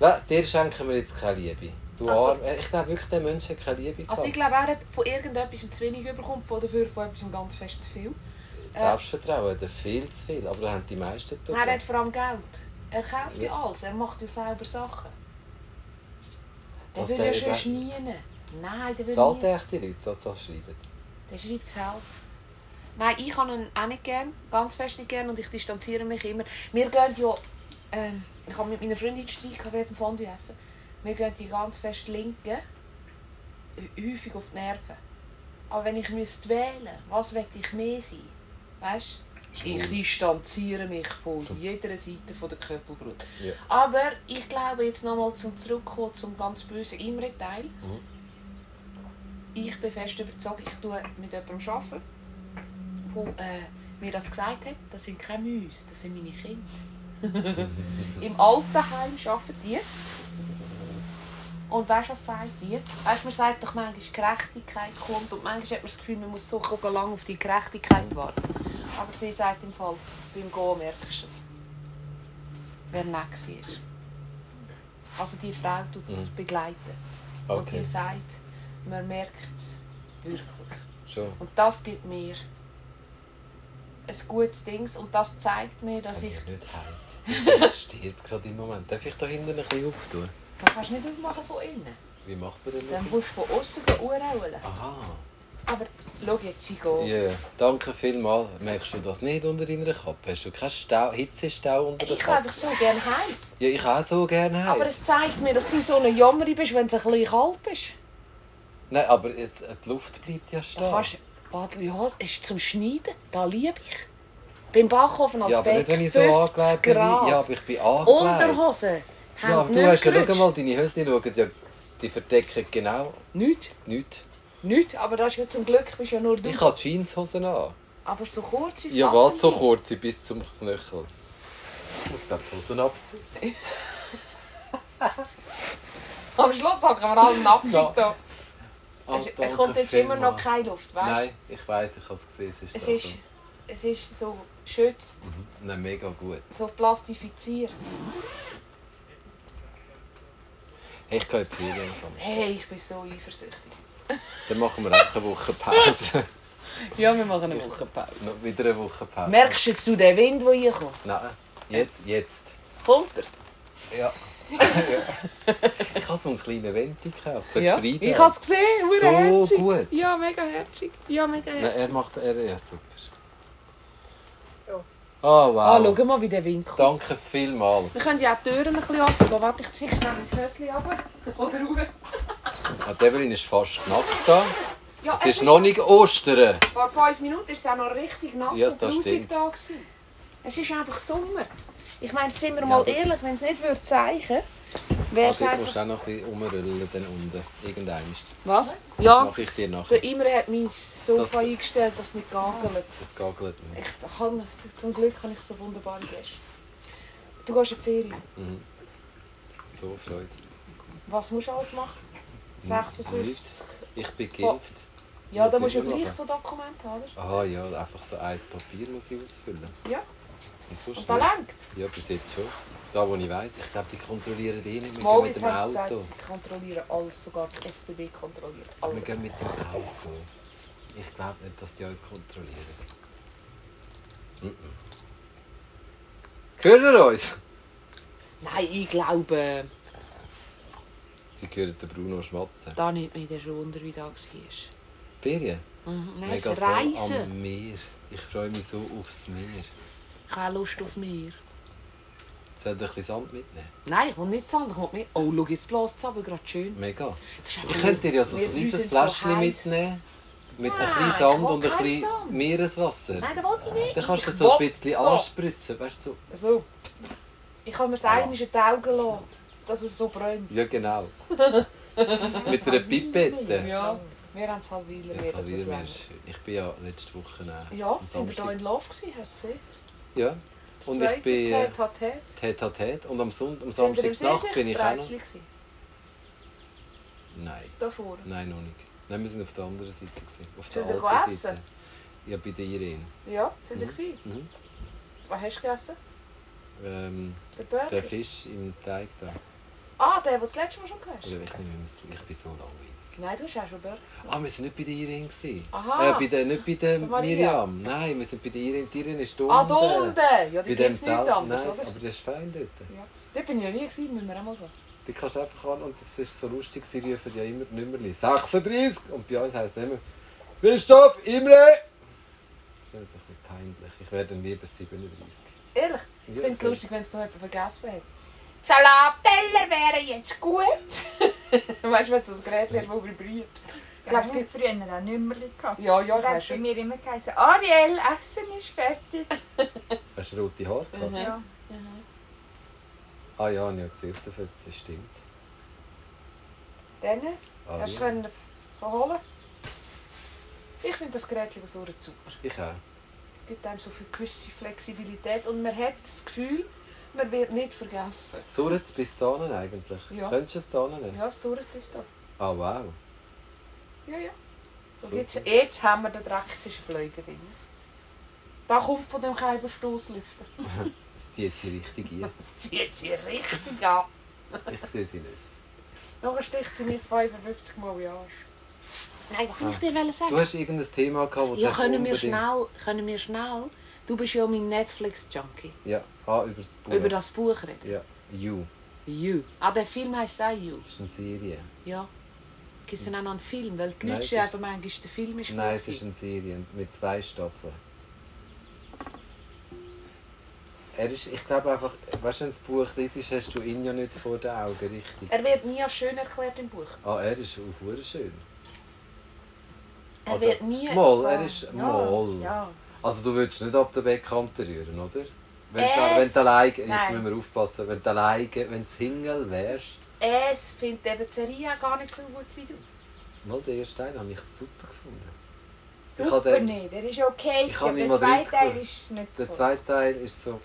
Speaker 2: «Nein, dir schenken wir jetzt keine Liebe. Du
Speaker 1: Also-
Speaker 2: arm...» Ich glaube wirklich, der Mensch hat keine Liebe
Speaker 1: also ich
Speaker 2: gehabt.
Speaker 1: glaube, er hat von irgendetwas zu wenig bekommen, von dafür von etwas ganz fest zu viel.
Speaker 2: Selbstvertrauen hat er viel zu viel, aber da haben die meisten
Speaker 1: äh, Er hat vor allem Geld. Er kauft ja alles, er macht ja selber Sachen. Der
Speaker 2: Was
Speaker 1: will
Speaker 2: der
Speaker 1: ja schon
Speaker 2: überhaupt-
Speaker 1: schneien. Nein, der will
Speaker 2: Zahlt
Speaker 1: nie.
Speaker 2: er echt die Leute, dass das schreiben?
Speaker 1: Der schreibt selber. Nein, ich kann ihn auch nicht gern, ganz fest nicht gern und ich distanziere mich immer. Wir gehen ja, ähm, ich habe mit meiner Freundin Streit gehabt, wir wollten Fondue essen. Wir gehen die ganz fest linken, häufig auf die Nerven. Aber wenn ich müsste wählen, was möchte ich mehr sein? Weißt du? Ich distanziere mich von jeder Seite von der Köppelbrut.
Speaker 2: Ja.
Speaker 1: Aber ich glaube jetzt nochmal zum Zurückkommen zum ganz bösen Imre-Teil. Ich bin fest überzeugt, ich tue mit jemandem arbeiten, der äh, mir das gesagt hat. Das sind keine Mäuse, das sind meine Kinder. Im Altenheim arbeiten die. Und weißt du, was sagt die? Weißt du, man sagt doch manchmal, Gerechtigkeit kommt und manchmal hat man das Gefühl, man muss so lange auf die Gerechtigkeit warten. Aber sie sagt im Fall, beim Gehen merkst du es. Wer nett war. Also die Frau tut uns begleiten. Und
Speaker 2: Okay.
Speaker 1: die sagt, man merkt es wirklich.
Speaker 2: Schon.
Speaker 1: Und das gibt mir ein gutes Ding und das zeigt mir, dass
Speaker 2: Wenn
Speaker 1: ich...
Speaker 2: ich nicht heiß. Ich stirb gerade im Moment. Darf ich da hinten ein bisschen auftun?
Speaker 1: Das kannst du nicht aufmachen von innen.
Speaker 2: Wie macht man denn das?
Speaker 1: Dann musst du von außen urheulen.
Speaker 2: Aha.
Speaker 1: Aber schau jetzt, Chico.
Speaker 2: Ja, danke vielmals. Merkst du das nicht unter deiner Kappe? Hast du keinen Stau, Hitzestau unter der
Speaker 1: Ich habe
Speaker 2: Kappe?
Speaker 1: einfach so gerne heiß.
Speaker 2: Ja, ich auch so gerne heiß.
Speaker 1: Aber es zeigt mir, dass du so eine Jammeri bist, wenn es ein bisschen kalt ist.
Speaker 2: Nein, aber jetzt, die Luft bleibt ja
Speaker 1: Da
Speaker 2: stehen.
Speaker 1: kannst du... Ja, es ist zum Schneiden. Da liebe ich. Beim Backofen als
Speaker 2: Ja, aber
Speaker 1: Bäck
Speaker 2: nicht, wenn
Speaker 1: 50
Speaker 2: ich so angelegt bin. wie-
Speaker 1: Grad.
Speaker 2: Ja, aber ich bin angelegt.
Speaker 1: Unterhosen haben
Speaker 2: Ja, aber
Speaker 1: nicht
Speaker 2: du hast ja, schau
Speaker 1: gerutscht.
Speaker 2: mal, deine Höschen schauen ja, die nou, verdecken genau
Speaker 1: Nicht,
Speaker 2: nichts.
Speaker 1: nicht, aber das ist ja zum Glück, bist ja nur du.
Speaker 2: Ich habe Jeanshosen an.
Speaker 1: Aber so kurze
Speaker 2: Ja,
Speaker 1: Fladen
Speaker 2: was so
Speaker 1: sind.
Speaker 2: kurz bis zum Knöchel? Ich muss gerade die Hosen abziehen.
Speaker 1: Am Schluss hocken wir alle nackig
Speaker 2: Ja.
Speaker 1: da.
Speaker 2: Ah,
Speaker 1: Es, es
Speaker 2: danke
Speaker 1: kommt jetzt immer noch
Speaker 2: vielmals.
Speaker 1: keine Luft, weißt du?
Speaker 2: Nein, ich weiß, ich habe es gesehen. Es ist, also
Speaker 1: Es
Speaker 2: da
Speaker 1: ist, es ist so geschützt,
Speaker 2: so. Mhm. Nein, mega gut.
Speaker 1: so plastifiziert.
Speaker 2: Hey, ich gehe in die Ferien. am Samstag.
Speaker 1: Hey, ich bin so eifersüchtig.
Speaker 2: Dann machen wir auch eine Woche Pause.
Speaker 1: Ja, wir machen eine Woche Pause.
Speaker 2: noch wieder eine Woche Pause.
Speaker 1: Merkst du jetzt du den Wind, der reinkommt?
Speaker 2: Nein, jetzt, jetzt.
Speaker 1: Kommt er?
Speaker 2: Ja. ich habe so einen kleinen Venti gehabt. Für
Speaker 1: Ja.
Speaker 2: Freitag.
Speaker 1: Ich habe es gesehen, hure
Speaker 2: So
Speaker 1: herzig.
Speaker 2: gut.
Speaker 1: Ja, mega herzig. Ja, mega
Speaker 2: Nein,
Speaker 1: herzig.
Speaker 2: er macht... Er, ja, super.
Speaker 3: Ja.
Speaker 2: Oh, wow.
Speaker 1: Ah, schau mal, wie der Wind kommt.
Speaker 2: Danke vielmals.
Speaker 1: Wir können ja auch die Türen ein bisschen öffnen. Warte, ich ziehe schnell mein Höschen runter. Oder rauf.
Speaker 2: Ah, die Evelyn ist fast knackt da.
Speaker 1: Ja,
Speaker 2: Es ist noch nicht Ostern.
Speaker 1: Vor fünf Minuten war es auch noch richtig nass
Speaker 2: Ja,
Speaker 1: und
Speaker 2: das
Speaker 1: grusig
Speaker 2: stimmt.
Speaker 1: da. Gewesen. Es ist einfach Sommer. Ich meine, sind wir mal
Speaker 2: gut.
Speaker 1: ehrlich, wenn es nicht würde zeichnen, wäre es
Speaker 2: Also ich muss
Speaker 1: einfach...
Speaker 2: auch noch ein bisschen umrüllen dann unten. Irgendwann.
Speaker 1: Was? Ja,
Speaker 2: Mache ich dir nachher.
Speaker 1: der Imre hat mein Sofa
Speaker 2: Das-
Speaker 1: eingestellt, dass es nicht gagelt.
Speaker 2: Das gagelt nicht.
Speaker 1: Ich kann, zum Glück habe ich so wunderbare Gäste. Du gehst in die Ferien.
Speaker 2: So Freude.
Speaker 1: Was musst du alles machen? 56.
Speaker 2: Hm. Nichts. Ich bin geimpft.
Speaker 1: Ja,
Speaker 2: Muss
Speaker 1: da
Speaker 2: nicht
Speaker 1: musst du
Speaker 2: mehr
Speaker 1: gleich
Speaker 2: machen.
Speaker 1: so Dokumente haben, oder?
Speaker 2: Ah ja, einfach so ein Papier muss ich ausfüllen.
Speaker 1: Ja,
Speaker 2: Und sonst
Speaker 1: und da
Speaker 2: nicht.
Speaker 1: lenkt.
Speaker 2: Ja, bis jetzt schon. Da, wo ich weiss. Ich glaube, die kontrollieren die nicht. Wir
Speaker 1: Mal,
Speaker 2: gehen mit
Speaker 1: jetzt
Speaker 2: dem
Speaker 1: haben sie
Speaker 2: Auto.
Speaker 1: gesagt, sie kontrollieren alles, sogar die SBB kontrolliert
Speaker 2: Wir
Speaker 1: alles.
Speaker 2: gehen mit dem Auto. Ich glaube nicht, dass die uns kontrollieren. Mhm. Hören ihr uns?
Speaker 1: Nein, ich glaube,
Speaker 2: Sie hören den Bruno schwatzen.
Speaker 1: da nicht mehr der Wunder, wie das war.
Speaker 2: Ferien?
Speaker 1: Mhm. Nein,
Speaker 2: Mega
Speaker 1: das
Speaker 2: toll
Speaker 1: Reisen.
Speaker 2: am Meer. Ich freue mich so aufs Meer.
Speaker 1: Ich habe Lust auf Meer.
Speaker 2: Soll ich ein bisschen Sand mitnehmen?
Speaker 1: Nein, ich will nicht Sand, ich will mehr. Oh, schau, jetzt bläst es aber gerade schön.
Speaker 2: Mega.
Speaker 1: Das ist
Speaker 2: Ich
Speaker 1: einfach-
Speaker 2: könnte dir ja so
Speaker 1: Wir-
Speaker 2: ein
Speaker 1: wir
Speaker 2: kleines
Speaker 1: sind
Speaker 2: Fläschchen
Speaker 1: heiß.
Speaker 2: mitnehmen. Mit ein
Speaker 1: Nein,
Speaker 2: bisschen
Speaker 1: ich
Speaker 2: Sand
Speaker 1: will
Speaker 2: und ein
Speaker 1: keinen
Speaker 2: bisschen
Speaker 1: Sand.
Speaker 2: Meereswasser.
Speaker 1: Nein, das wollte ich nicht.
Speaker 2: Dann kannst du
Speaker 1: Ich
Speaker 2: so ein
Speaker 1: will-
Speaker 2: bisschen
Speaker 1: da.
Speaker 2: anspritzen. Weißt du, so.
Speaker 1: Also, ich kann
Speaker 2: Ah.
Speaker 1: mir sagen, ich die Augen lassen, dass es so brennt.
Speaker 2: Ja, genau. Mit einer Pipette.
Speaker 1: Ja. Wir haben es halt halbieren,
Speaker 2: Jetzt
Speaker 1: wir das
Speaker 2: habe ich
Speaker 1: was
Speaker 2: wieder
Speaker 1: lernen.
Speaker 2: Mensch. Ich bin ja letzte Woche äh,
Speaker 1: Ja,
Speaker 2: am
Speaker 1: sind wir hier
Speaker 2: Samstag.
Speaker 1: in Lauf gewesen, hast du gesehen?
Speaker 2: Ja.
Speaker 1: Das
Speaker 2: Und
Speaker 1: zweite
Speaker 2: ich bin äh,
Speaker 1: Tät, hat, hat.
Speaker 2: tät tät tät. Und am, Sonntag, am
Speaker 1: Sind wir im
Speaker 2: Samstagnacht bin ich auch noch.
Speaker 1: Seesichtsrätschen gewesen?
Speaker 2: Nein.
Speaker 1: Da vorne.
Speaker 2: Nein, noch nicht. Nein, wir sind auf der anderen Seite. Gewesen. Auf der
Speaker 1: Sind wir
Speaker 2: alten
Speaker 1: essen?
Speaker 2: Seite. Ja, bei der Irene.
Speaker 1: Ja, sind wir
Speaker 2: Mhm.
Speaker 1: gewesen.
Speaker 2: Mhm.
Speaker 1: Was hast du gegessen?
Speaker 2: Ähm,
Speaker 1: Der Burger?
Speaker 2: der Fisch im Teig da.
Speaker 1: Ah, der, den du das letzte Mal schon gegessen hast?
Speaker 2: Oder ich nehme immer- Ich bin so langweilig.
Speaker 1: Nein, du hast auch schon Burger.
Speaker 2: Ah, wir sind nicht bei der Irene. gewesen.
Speaker 1: Aha.
Speaker 2: Äh, bei der, nicht bei der
Speaker 1: Bei Maria.
Speaker 2: Miriam. Nein, wir sind bei der Irene. Die Irene ist unten.
Speaker 1: Ah, da
Speaker 2: eh,
Speaker 1: unten! Ja,
Speaker 2: Bei
Speaker 1: die
Speaker 2: dem
Speaker 1: gibt es nicht
Speaker 2: Sal. Nein,
Speaker 1: anders, Dus,
Speaker 2: aber
Speaker 1: oder?
Speaker 2: das ist fein dort.
Speaker 1: Dort bin ich noch nie gewesen, müssen wir auch mal gehen.
Speaker 2: Die kannst du einfach an und das ist so lustig, sie rufen ja immer die Nummerli. 36! Und bei uns heisst es immer Christoph, Imre! Das ist alles ein bisschen peinlich. Ich werde dann lieber 37.
Speaker 1: Ehrlich, ich
Speaker 2: Ja,
Speaker 1: finde es
Speaker 2: okay.
Speaker 1: lustig, wenn es noch jemand vergessen hat. Salatteller wären jetzt gut. weißt du, wenn du so ein Gerät hast, das vibriert.
Speaker 3: Ich glaube, es gibt früher auch Nümmerli gehabt.
Speaker 1: Ja, ja,
Speaker 3: Da
Speaker 1: ich
Speaker 3: hat
Speaker 1: weiß
Speaker 3: es bei
Speaker 1: schon.
Speaker 3: mir immer geheißen, Ariel, Essen ist fertig.
Speaker 2: Hast du rote Haare gehabt?
Speaker 1: Mhm.
Speaker 3: Ja.
Speaker 2: Ah ja, ich habe gesehen auf der Foto, stimmt.
Speaker 1: Dann
Speaker 2: Ah,
Speaker 1: hast du
Speaker 2: ja.
Speaker 1: können holen. Ich finde das Gerät so super.
Speaker 2: Ich auch.
Speaker 1: Es gibt einem so viel gewisse Flexibilität und man hat das Gefühl, man wird nicht vergessen.
Speaker 2: So jetzt bis dahin eigentlich.
Speaker 1: Ja.
Speaker 2: Könntest du es dahin nehmen?
Speaker 1: Ja, so bist du.
Speaker 2: Ah wow.
Speaker 1: Ja, ja. Und
Speaker 2: Super.
Speaker 1: jetzt, jetzt haben wir den Dreck zwischen Flügen drin. Da kommt von dem Kälberstoßlüfter.
Speaker 2: Es zieht sie richtig ein.
Speaker 1: Das zieht sie richtig an.
Speaker 2: Ich sehe sie nicht.
Speaker 1: Nachher sticht sie mich 55 Mal in den Arsch. Nein, was
Speaker 2: kann ich
Speaker 1: dir
Speaker 2: Ah. Du
Speaker 1: sagen?
Speaker 2: hast irgendein Thema gehabt, das
Speaker 1: Ja,
Speaker 2: du
Speaker 1: können wir,
Speaker 2: unbedingt-
Speaker 1: schnell, können wir schnell... Du bist ja mein Netflix-Junkie.
Speaker 2: Ja, ah, über das Buch.
Speaker 1: Über das Buch reden.
Speaker 2: Ja, You.
Speaker 1: You. Ah, der Film heisst auch You.
Speaker 2: Das ist eine Serie.
Speaker 1: Ja. Gibt es denn auch noch einen Film? Weil die
Speaker 2: Nein,
Speaker 1: Leute
Speaker 2: es ist-
Speaker 1: schreiben manchmal, der Film ist
Speaker 2: Nein, es
Speaker 1: gut.
Speaker 2: ist eine Serie mit zwei Staffeln. Er ist, ich glaube einfach, weißt du, wenn du das Buch liest, hast du ihn ja nicht vor den Augen, richtig?
Speaker 1: Er wird nie als schön erklärt im Buch.
Speaker 2: Ah, er ist auch verdammt schön.
Speaker 1: Er
Speaker 2: Also,
Speaker 1: wird nie...
Speaker 2: Mal, er ist
Speaker 3: Ja,
Speaker 2: mal.
Speaker 3: Ja.
Speaker 2: Also du würdest nicht ab der Bettkante rühren, oder? Wenn
Speaker 1: Es-
Speaker 2: du, wenn du allein, jetzt
Speaker 3: Nein.
Speaker 2: müssen wir aufpassen, wenn du allein, wenn du Single wärst,
Speaker 1: Es findet eben die Serie auch gar nicht so gut wie du.
Speaker 2: mal den ersten Teil habe ich super gefunden.
Speaker 3: Super nicht, er ist okay.
Speaker 2: Ich
Speaker 3: gewesen,
Speaker 2: habe ihn mal
Speaker 3: aber der zweite Teil
Speaker 2: reingeschaut.
Speaker 3: ist nicht
Speaker 2: Der
Speaker 3: so.
Speaker 2: zweite Teil ist so.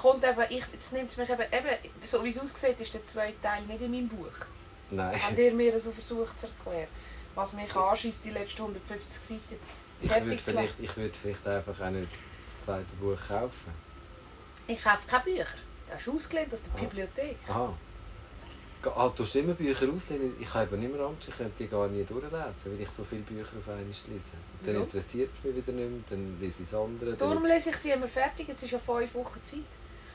Speaker 1: Kommt eben, ich, jetzt nimmt es mich eben, eben, so wie es aussieht, ist der zweite Teil nicht in meinem Buch. Habt
Speaker 2: Nein.
Speaker 1: ihr mir so versucht zu erklären, was mich anschießt, die letzten 150 Seiten?
Speaker 2: Ich
Speaker 1: Fertig
Speaker 2: würde
Speaker 1: zu
Speaker 2: vielleicht, ich würde vielleicht einfach auch nicht das zweite Buch kaufen.
Speaker 1: Ich kaufe keine Bücher. Das ist ausgelehnt aus der
Speaker 2: Ah.
Speaker 1: Bibliothek.
Speaker 2: Aha. Ge- Ah, du hast immer Bücher auslehnen. Ich habe eben nicht mehr Angst, ich könnte die gar nie durchlesen, weil ich so viele Bücher auf einmal lese. Und dann
Speaker 1: Ja.
Speaker 2: interessiert es mich wieder nicht mehr, dann lese ich das andere. dann-
Speaker 1: Darum lese ich sie immer fertig, jetzt ist ja fünf Wochen Zeit.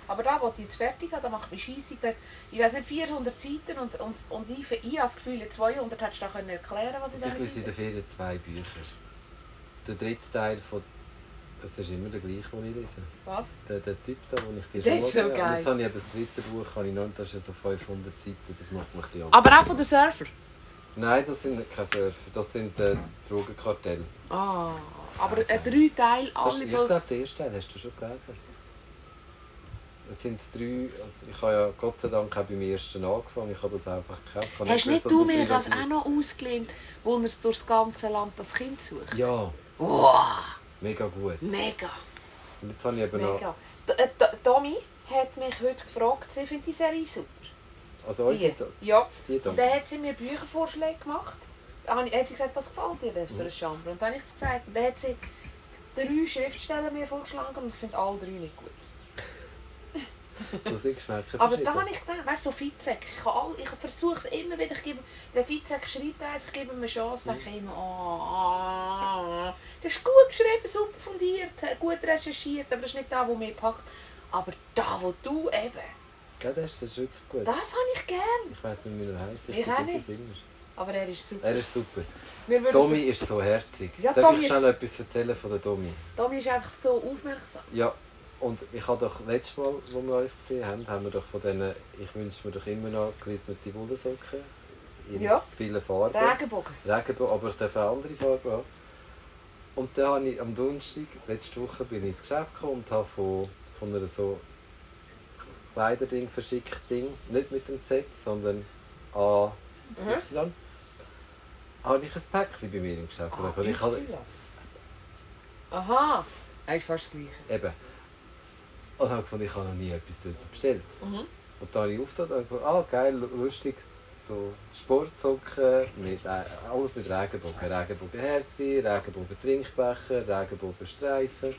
Speaker 1: Aber da, was ich jetzt fertig habe, da macht mich scheissig. Da- Ich weiß nicht, 400 Seiten und, und, und ich, ich habe das Gefühl, in 200 hättest du da können erklären was ich
Speaker 2: Also ich
Speaker 1: damit
Speaker 2: lese in der Ferien zwei Bücher. Der dritte Teil von... Das ist immer der gleiche, den ich lese.
Speaker 1: Was?
Speaker 2: Der, der Typ da, den ich dir
Speaker 1: Das ist
Speaker 2: mal
Speaker 1: so
Speaker 2: gegeben habe.
Speaker 1: geil.
Speaker 2: Und Jetzt habe ich eben das dritte Buch, habe ich noch, das ist ja so 500 Seiten, das macht mich ein bisschen Angst.
Speaker 1: Aber auch von den Surfer.
Speaker 2: Nein, das sind keine Surfer, das sind äh, Drogenkartelle.
Speaker 1: Ah, aber äh, drei Teile,
Speaker 2: Das,
Speaker 1: alle
Speaker 2: ich
Speaker 1: voll.
Speaker 2: glaube, den ersten Teil hast du schon gelesen. Es sind drei, also ich habe ja Gott sei Dank auch beim ersten angefangen, ich habe das einfach gekauft. Ich habe
Speaker 1: Hast
Speaker 2: gewusst,
Speaker 1: nicht
Speaker 2: dass
Speaker 1: du
Speaker 2: es eine
Speaker 1: mir das auch
Speaker 2: Trilogie-
Speaker 1: noch ausgelehnt, wo er durchs ganze Land das Kind sucht?
Speaker 2: Ja,
Speaker 1: Wow,
Speaker 2: mega gut.
Speaker 1: mega.
Speaker 2: Und jetzt habe ich eben noch...
Speaker 1: Mega. D- äh, D- Tommy hat mich heute gefragt, sie findet die Serie super.
Speaker 2: Also unsere,
Speaker 1: Die?
Speaker 2: da-
Speaker 1: Ja.
Speaker 2: die da.
Speaker 1: Und dann hat sie mir Büchervorschläge gemacht. Ah, Dann habe ich- hat sie gesagt, was gefällt dir denn für ein Genre? Und dann habe ich es gesagt. Und dann hat sie drei Schriftsteller mir vorgeschlagen und ich finde alle drei nicht gut.
Speaker 2: So sind Geschmäcker
Speaker 1: Aber da
Speaker 2: verschieden.
Speaker 1: habe ich gedacht, weißt du, so Fizek, ich, kann all- ich versuche es immer wieder, ich gebe, der Fizek schreibt eins, ich gebe ihm eine Chance, dann denke ich immer, ah, ah, ah. das ist gut geschrieben, super fundiert, gut recherchiert, aber das ist nicht das, was mich packt. Aber da, wo du eben,
Speaker 2: Gell, das ist- das ist wirklich gut.
Speaker 1: das habe ich gern.
Speaker 2: Ich weiß nicht, wie er heißt.
Speaker 1: Ich auch
Speaker 2: vergesse
Speaker 1: nicht.
Speaker 2: es immer.
Speaker 1: Aber er ist super.
Speaker 2: Er ist super.
Speaker 1: Wir würden
Speaker 2: Tommy ist so herzig.
Speaker 1: Ja,
Speaker 2: Darf
Speaker 1: Tommy
Speaker 2: ich
Speaker 1: ist-
Speaker 2: schnell etwas erzählen von der Tommy?
Speaker 1: es- Tommy ist einfach so aufmerksam.
Speaker 2: Ja, und ich habe doch letztes Mal, wo wir alles gesehen haben, haben wir doch von diesen «Ich wünsche mir doch immer noch» gelismete Wollsocken in
Speaker 1: Ja.
Speaker 2: vielen Farben.
Speaker 1: Regenbogen.
Speaker 2: Regenbogen, aber ich darf auch andere Farben haben. Und dann habe ich am Donnerstag, letzte Woche, bin ich ins Geschäft gekommen und habe von, von einer so Kleiderding verschickt Ding, nicht mit dem Z, sondern A,
Speaker 1: Mhm.
Speaker 2: Y, habe ich ein Päckchen bei mir im Geschäft.
Speaker 1: Ah,
Speaker 2: und ich habe,
Speaker 1: Y. Aha, er ist fast das Gleiche.
Speaker 2: eben, und habe gefunden, ich habe noch nie etwas dort bestellt.
Speaker 1: Mhm.
Speaker 2: Und da habe ich aufgetan und habe gefunden, ah geil, lu- lustig, so Sportsocken, mit, äh, alles mit Regenbogen. Regenbogenherzen, Regenbogen-Trinkbecher, Regenbogenstreifen.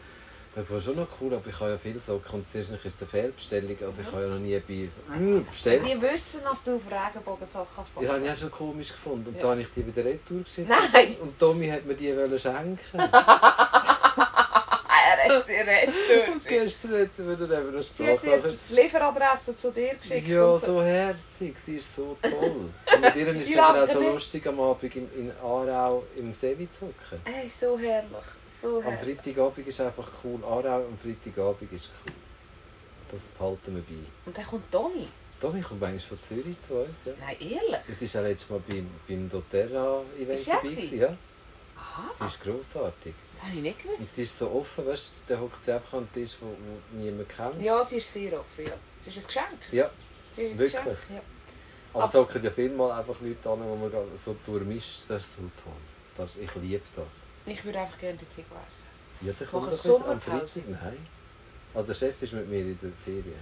Speaker 2: Das war schon noch cool, aber ich habe ja viele Socken und zuerst ist es eine Fehlbestellung, also ich habe ja noch nie bei Mm, bestellt.
Speaker 1: Die wissen, dass du auf Regenbogen Sachen
Speaker 2: Die habe ich auch schon komisch gefunden und da habe ich die wieder retour geschickt.
Speaker 1: Nein.
Speaker 2: Und Tommy hat mir die wollen schenken.
Speaker 1: Ah, er ist sehr
Speaker 2: und
Speaker 1: rettet.
Speaker 2: gestern hat sie mir dann eben eine
Speaker 1: Sie hat dir
Speaker 2: Sprachnachricht
Speaker 1: die Lieferadresse zu dir geschickt.
Speaker 2: Ja,
Speaker 1: und so.
Speaker 2: so herzig, sie ist so toll. Und mit ihr ist es
Speaker 1: Ich
Speaker 2: eben auch
Speaker 1: lache
Speaker 2: so
Speaker 1: nicht.
Speaker 2: lustig, am Abend in, in Aarau im Sevi zu hocken.
Speaker 1: Ey, so herrlich. So
Speaker 2: Am
Speaker 1: herrlich.
Speaker 2: Freitagabend ist einfach cool. Aarau am Freitagabend ist cool. Das behalten wir bei.
Speaker 1: Und dann kommt Tommy.
Speaker 2: Tommy kommt eigentlich von Zürich zu uns. Ja.
Speaker 1: Nein, ehrlich.
Speaker 2: Es ist auch letztes Mal beim, beim doTERRA-Event
Speaker 1: Ist er
Speaker 2: dabei.
Speaker 1: gewesen?
Speaker 2: gewesen, Ja.
Speaker 1: Aha,
Speaker 2: Sie ist grossartig.
Speaker 1: das habe ich nicht
Speaker 2: Und
Speaker 1: gewusst.
Speaker 2: sie ist so offen, weißt du, da hockt sie einfach an den Tisch, wo, wo niemand kennt.
Speaker 1: Ja, sie ist sehr offen. Ja. Es ist ein Geschenk.
Speaker 2: ja.
Speaker 1: Sie ist ein
Speaker 2: Wirklich?
Speaker 1: Geschenk. Ja.
Speaker 2: Aber
Speaker 1: Aber-
Speaker 2: es hocken ja vielmal einfach Leute an, wo man gar- so durchmischt. Das ist so toll. Das, ich liebe das.
Speaker 1: Ich würde einfach gerne dorthin essen.
Speaker 2: Ja, dann
Speaker 1: Machen
Speaker 2: komm doch wieder am
Speaker 1: Sommerpause.
Speaker 2: Freitag. Nein. Also der Chef ist mit mir in der Ferien.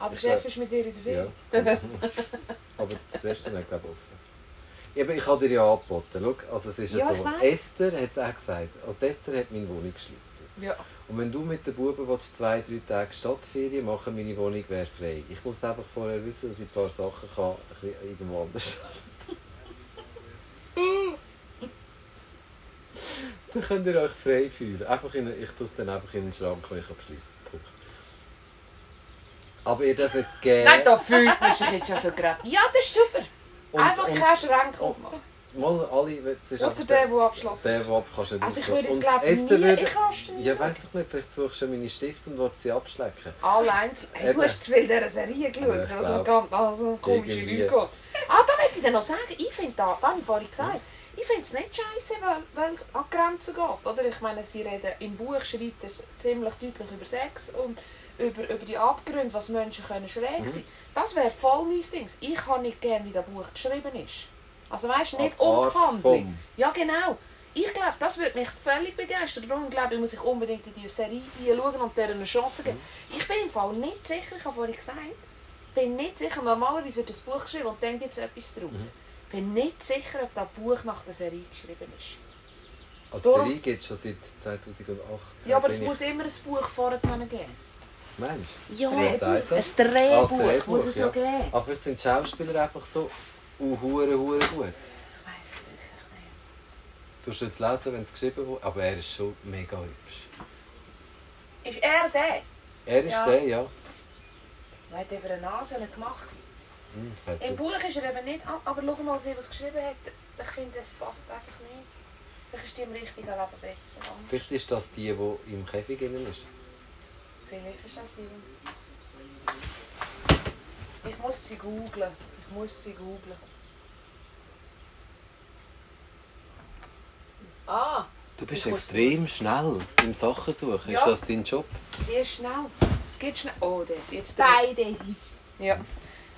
Speaker 1: Aber der
Speaker 2: Ich
Speaker 1: Chef
Speaker 2: glaub-
Speaker 1: ist mit dir in der Ferien.
Speaker 2: Ja. Aber das Restaurant hat glaube ich offen. Eben, ich habe dir ja angeboten. Schau, also es ist ja,
Speaker 1: Ja, ich
Speaker 2: so.
Speaker 1: weiss.
Speaker 2: Esther hat es auch gesagt. Also die Esther hat meinen Wohnungsschlüssel.
Speaker 1: Ja.
Speaker 2: Und wenn du mit den Buben willst, zwei, drei Tage Stadtferien machen meine Wohnung wäre frei. Ich muss einfach vorher wissen, dass ich ein paar Sachen kann, ein bisschen irgendwo anders Dann könnt ihr euch frei fühlen. Einfach in, ich tue es dann einfach in den Schrank, den ich abschließe. Punkt. Aber ihr dürft gerne...
Speaker 1: Nein, da fühlt man sich jetzt ja so gerade. Ja, das ist super.
Speaker 2: Und-
Speaker 1: einfach
Speaker 2: und-
Speaker 1: keine Schränke aufmachen.
Speaker 2: Mal alle... es ist
Speaker 1: Außer
Speaker 2: einfach
Speaker 1: der, der abschlossen
Speaker 2: Der, der ab kannst du nicht
Speaker 1: Also ich
Speaker 2: aufhören.
Speaker 1: würde jetzt
Speaker 2: Und
Speaker 1: glaube ich nie,
Speaker 2: Esther würde-
Speaker 1: ich hasse nie.
Speaker 2: Ja, weiss doch nicht, vielleicht suchst du meine Stifte und willst sie abschlecken.
Speaker 1: Allein, hey, du
Speaker 2: Eben.
Speaker 1: hast zu viel dieser Serie
Speaker 2: Ja,
Speaker 1: geschaut,
Speaker 2: ich
Speaker 1: also
Speaker 2: glaub.
Speaker 1: ganz also komische
Speaker 2: Irgendwie.
Speaker 1: Leute. gehen. Ah, da möchte ich dir noch sagen, ich finde da, das habe ich vorhin gesagt, ich finde es nicht scheiße, weil, weil es an die Grenzen geht. Oder? Ich meine, sie reden, im Buch schreibt es ziemlich deutlich über Sex und über, über die Abgründe, was Menschen können schräg sein können. Das wäre voll mein Ding. Ich habe nicht gern, wie das Buch geschrieben ist. Also weißt du, nicht
Speaker 2: Eine Art
Speaker 1: um die Handlung.
Speaker 2: vom.
Speaker 1: Ja genau. Ich glaube, das würde mich völlig begeistern. Darum glaube ich, muss ich unbedingt in diese Serie schauen und der eine Chance geben.
Speaker 2: Mhm.
Speaker 1: Ich bin im Fall nicht sicher, ich habe vorhin gesagt, bin nicht sicher, normalerweise wird ein Buch geschrieben und dann gibt es etwas daraus.
Speaker 2: Mhm.
Speaker 1: bin nicht sicher, ob das Buch nach der Serie geschrieben ist.
Speaker 2: Als
Speaker 1: Darum-
Speaker 2: Serie gibt es schon seit 2018.
Speaker 1: Ja, aber es
Speaker 2: bin
Speaker 1: muss
Speaker 2: ich...
Speaker 1: immer ein Buch vorher dran geben.
Speaker 2: Mensch,
Speaker 1: Ja,
Speaker 2: wer sagt
Speaker 1: ein
Speaker 2: das?
Speaker 1: Drehbuch,
Speaker 2: Ah, das
Speaker 1: muss es
Speaker 2: Drehbuch,
Speaker 1: noch geben.
Speaker 2: Aber vielleicht sind die Schauspieler einfach so uh, hure, hure gut.
Speaker 1: Ich weiss es wirklich nicht.
Speaker 2: Du hast jetzt lesen, wenn es geschrieben wurde, aber er ist schon mega hübsch.
Speaker 1: Ist er der?
Speaker 2: Er ist
Speaker 1: Ja.
Speaker 2: der, ja.
Speaker 1: Er hat eben eine Nase gemacht.
Speaker 2: Hm, ich weiss
Speaker 1: Im
Speaker 2: nicht.
Speaker 1: Buch ist er eben nicht an, aber schau mal, sie, was er geschrieben hat, ich finde, es passt einfach nicht. Vielleicht ist die im richtigen Leben besser.
Speaker 2: Vielleicht ist das die, die im Käfig drin ist.
Speaker 1: Vielleicht ist das die. Ich muss sie googlen. Ich muss sie googlen. Ah,
Speaker 2: Du
Speaker 1: bist
Speaker 2: bist
Speaker 1: Ich muss-
Speaker 2: extrem schnell im Sachen suchen.
Speaker 1: Ja.
Speaker 2: Ist das dein Job?
Speaker 1: sehr schnell. Es geht schnell. Oh, der, jetzt der.
Speaker 3: Beide.
Speaker 1: Ja.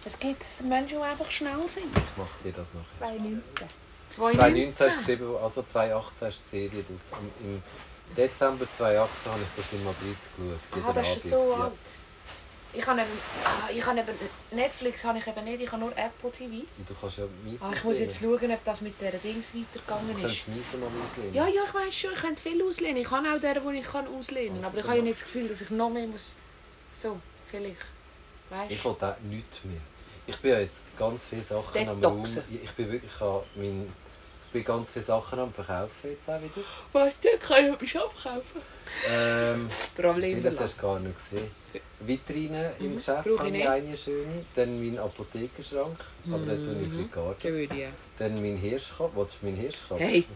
Speaker 1: Es gibt Menschen, die einfach schnell sind.
Speaker 2: Ich mache dir das nachher.
Speaker 3: 2019.
Speaker 2: 2019 hast du
Speaker 1: 2019.
Speaker 2: geschrieben, also 2018 hast du die Serie draus. Am- Im Dezember 2018 habe ich das in Madrid geschaut.
Speaker 1: Ah,
Speaker 2: jeden
Speaker 1: das ist
Speaker 2: Abend.
Speaker 1: so
Speaker 2: Ja.
Speaker 1: alt. Ich habe eben, ah, ich habe eben Netflix habe ich eben nicht, ich habe nur Apple TV.
Speaker 2: Und du kannst ja mies.
Speaker 1: Ah, ich muss jetzt schauen, ob das mit der Dings
Speaker 2: Du
Speaker 1: weitergegangen ist.
Speaker 2: kannst mies mal auslehnen.
Speaker 1: Ja, ja, ich weiß schon, ich könnte viel auslehnen. Ich kann auch der, wo ich kann auslehnen
Speaker 2: Also,
Speaker 1: Aber ich
Speaker 2: dann
Speaker 1: habe ja
Speaker 2: mach.
Speaker 1: nicht das Gefühl, dass ich noch mehr muss. So, vielleicht. Weißt
Speaker 2: Ich
Speaker 1: du?
Speaker 2: will auch nichts mehr. Ich bin ja jetzt ganz viele Sachen am Raum.
Speaker 1: Detoxen.
Speaker 2: Ich bin wirklich an mein, ich bin ganz viele Sachen am Verkaufen jetzt auch wieder.
Speaker 1: Was, da kann ich etwas abkaufen.
Speaker 2: Ähm,
Speaker 1: Problem
Speaker 2: Vieles hast du gar nicht gesehen. Vitrine im
Speaker 1: Mhm.
Speaker 2: Geschäft
Speaker 1: Brauche ich
Speaker 2: habe ich
Speaker 1: nicht.
Speaker 2: eine schöne. Dann mein Apothekerschrank, aber den tue
Speaker 1: Mhm.
Speaker 2: ich für die Garten.
Speaker 1: würde ich.
Speaker 2: Dann mein Hirschkopf. Willst du meinen Hirschkopf?
Speaker 1: Hey,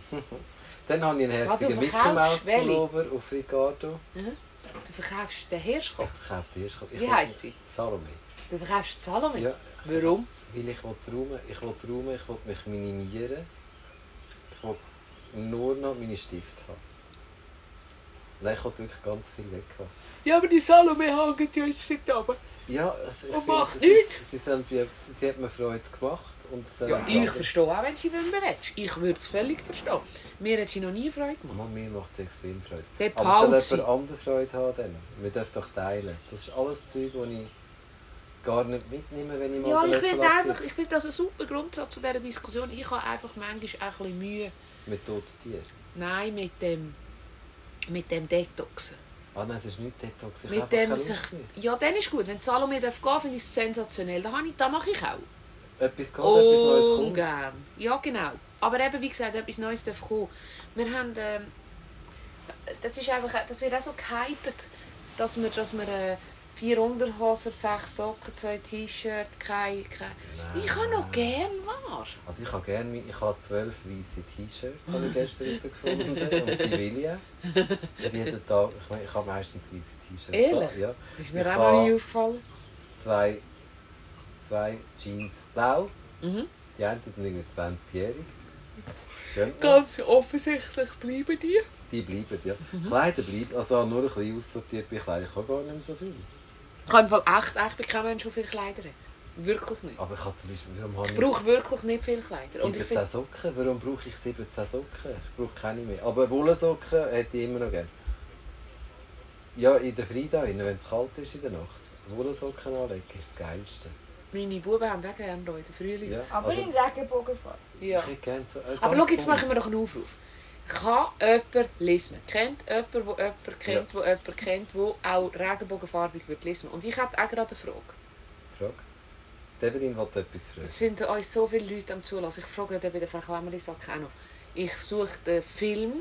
Speaker 2: Dann habe ich einen
Speaker 1: Ah, du
Speaker 2: herzigen Mickey
Speaker 1: verkaufst
Speaker 2: Mouse
Speaker 1: welche?
Speaker 2: Pullover auf Ricardo.
Speaker 1: du verkaufst den Hirschkopf.
Speaker 2: Ich kaufe den Hirschkopf. Ich
Speaker 1: Wie
Speaker 2: will-
Speaker 1: heisst sie?
Speaker 2: Salome.
Speaker 1: Du verkaufst die Salome.
Speaker 2: Ja,
Speaker 1: Warum?
Speaker 2: weil ich will räumen, ich will räumen, ich will mich minimieren. Ich will nur noch meine Stifte haben. Nein, ich will wirklich ganz viel weg haben.
Speaker 1: Ja, aber die Salome hängt ja jetzt nicht oben.
Speaker 2: Ja, also ich
Speaker 1: Und
Speaker 2: finde,
Speaker 1: macht
Speaker 2: es
Speaker 1: nichts.
Speaker 2: ist- Sie, sind, bei- sie hat mir Freude gemacht. Und es
Speaker 1: Ja,
Speaker 2: haben
Speaker 1: ich
Speaker 2: andere-
Speaker 1: verstehe auch, wenn sie wollen bewetzt. Ich würde es völlig verstehen. Mir hat sie noch nie Freude gemacht.
Speaker 2: Mann, mir macht es extrem Freude.
Speaker 1: Der
Speaker 2: Aber
Speaker 1: Paul.
Speaker 2: es soll jemand andere Freude haben. Dann. Wir dürfen doch teilen. Das ist alles Zeug, das ich gar nicht mitnehme, wenn ich mal
Speaker 1: Ja,
Speaker 2: den
Speaker 1: ich
Speaker 2: Löffel
Speaker 1: finde einfach,
Speaker 2: abgebe.
Speaker 1: ich finde das ein super Grundsatz zu dieser Diskussion. Ich habe einfach manchmal auch ein bisschen Mühe.
Speaker 2: Mit toten Tieren.
Speaker 1: Nein, mit dem, mit dem Detoxen.
Speaker 2: Ah nein, es ist nicht Detox. Ich habe
Speaker 1: mit
Speaker 2: einfach
Speaker 1: dem
Speaker 2: keine
Speaker 1: sich,
Speaker 2: Lust mehr.
Speaker 1: ja, dann ist gut. Wenn die Salome darf gehen finde ich es sensationell. Da, habe ich, da mache ich auch.
Speaker 2: Etwas geht, etwas Neues
Speaker 1: Oh,
Speaker 2: kommt.
Speaker 1: gern. Ja, genau. Aber eben, wie gesagt, etwas Neues darf kommen. Wir haben, ähm, das ist einfach, das wird auch so gehypt, dass wir, dass wir äh, vier Unterhosen, sechs Socken, zwei T-Shirts, kein, kein...
Speaker 2: Nein.
Speaker 1: Ich habe noch gern wahr.
Speaker 2: Also ich habe gerne, meine- ich habe zwölf weiße T-Shirts, habe ich gestern herausgefunden. und die will ich auch. Für jeden Tag, ich, meine, ich habe meistens weiße T-Shirts. an,
Speaker 1: Ehrlich?
Speaker 2: Ja.
Speaker 1: Ist
Speaker 2: Ich
Speaker 1: mir auch noch
Speaker 2: habe-
Speaker 1: nie aufgefallen.
Speaker 2: zwei, zwei Jeans blau.
Speaker 1: Mhm.
Speaker 2: Die einen sind irgendwie 20-jährig. Gönnt mir.
Speaker 1: Ganz offensichtlich bleiben die.
Speaker 2: Die bleiben, ja.
Speaker 1: Mhm.
Speaker 2: Kleider bleiben, also nur ein bisschen aussortiert bei Kleidern. Ich habe gar nicht mehr so viel.
Speaker 1: Ich habe im Fall echt, echt bin kein Mensch, der viele Kleider hat. Wirklich nicht.
Speaker 2: Aber ich habe zum Beispiel, warum habe
Speaker 1: Ich
Speaker 2: ich
Speaker 1: brauche wirklich nicht viele Kleider. Und ich
Speaker 2: 17
Speaker 1: finde,
Speaker 2: Socken? Warum brauche ich 17 Socken? Ich brauche keine mehr. Aber Wollsocken hätte ich immer noch gerne. Ja, in der Frida, wenn es kalt ist in der Nacht. Wollsocken anlegen ist das Geilste.
Speaker 1: meine Buben haben auch gerne Leute, Frühlings.
Speaker 2: Ja.
Speaker 3: Aber
Speaker 2: Also-
Speaker 3: in Regenbogenform.
Speaker 1: Ja.
Speaker 2: Ich hätte gerne so eine
Speaker 1: Aber
Speaker 2: ganz
Speaker 1: schau, jetzt
Speaker 2: bunte.
Speaker 1: machen wir noch einen Aufruf. Kann jemand lesen? Kennt jemand, der jemand kennt, wo jemand kennt, wo auch regenbogenfarbig wird lesen? Und ich habe auch gerade eine Frage.
Speaker 2: Frage. Deverin will etwas fragen.
Speaker 1: Es sind uns so viele Leute am Zulassen. Ich frage dann bei der Frau Klemmerli-Sack auch noch. Ich suche den Film,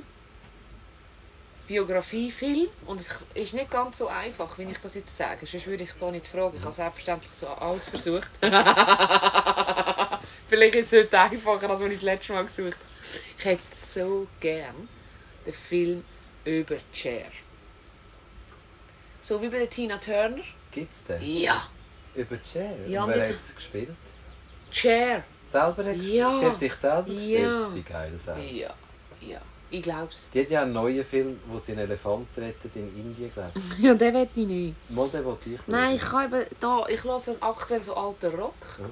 Speaker 1: Biografiefilm, und es ist nicht ganz so einfach, wie ich das jetzt sage. Sonst würde ich da nicht fragen. Ich habe selbstverständlich so alles versucht. Vielleicht ist es heute einfacher, als wenn ich das letzte Mal gesucht habe. Ich hätte so gern den Film über die Cher. So wie bei der Tina Turner.
Speaker 2: Gibt es den?
Speaker 1: Ja!
Speaker 2: Über die Cher?
Speaker 1: Ja,
Speaker 2: Ja,
Speaker 1: und
Speaker 2: Wer hat
Speaker 1: jetzt-
Speaker 2: es gespielt?
Speaker 1: Cher!
Speaker 2: Selber hat
Speaker 1: Ja.
Speaker 2: gespielt? Sie hat sich selber gespielt,
Speaker 1: Ja.
Speaker 2: die geile Sau.
Speaker 1: Ja, ja. Ich glaub's.
Speaker 2: Die hat ja einen neuen Film, wo sie einen Elefant rettet in Indien, glaube ich.
Speaker 1: Ja, den will ich nicht.
Speaker 2: Mal den wollte ich schauen.
Speaker 1: Nein, ich kann eben da, ich lasse aktuell so alten Rock.
Speaker 2: Ja.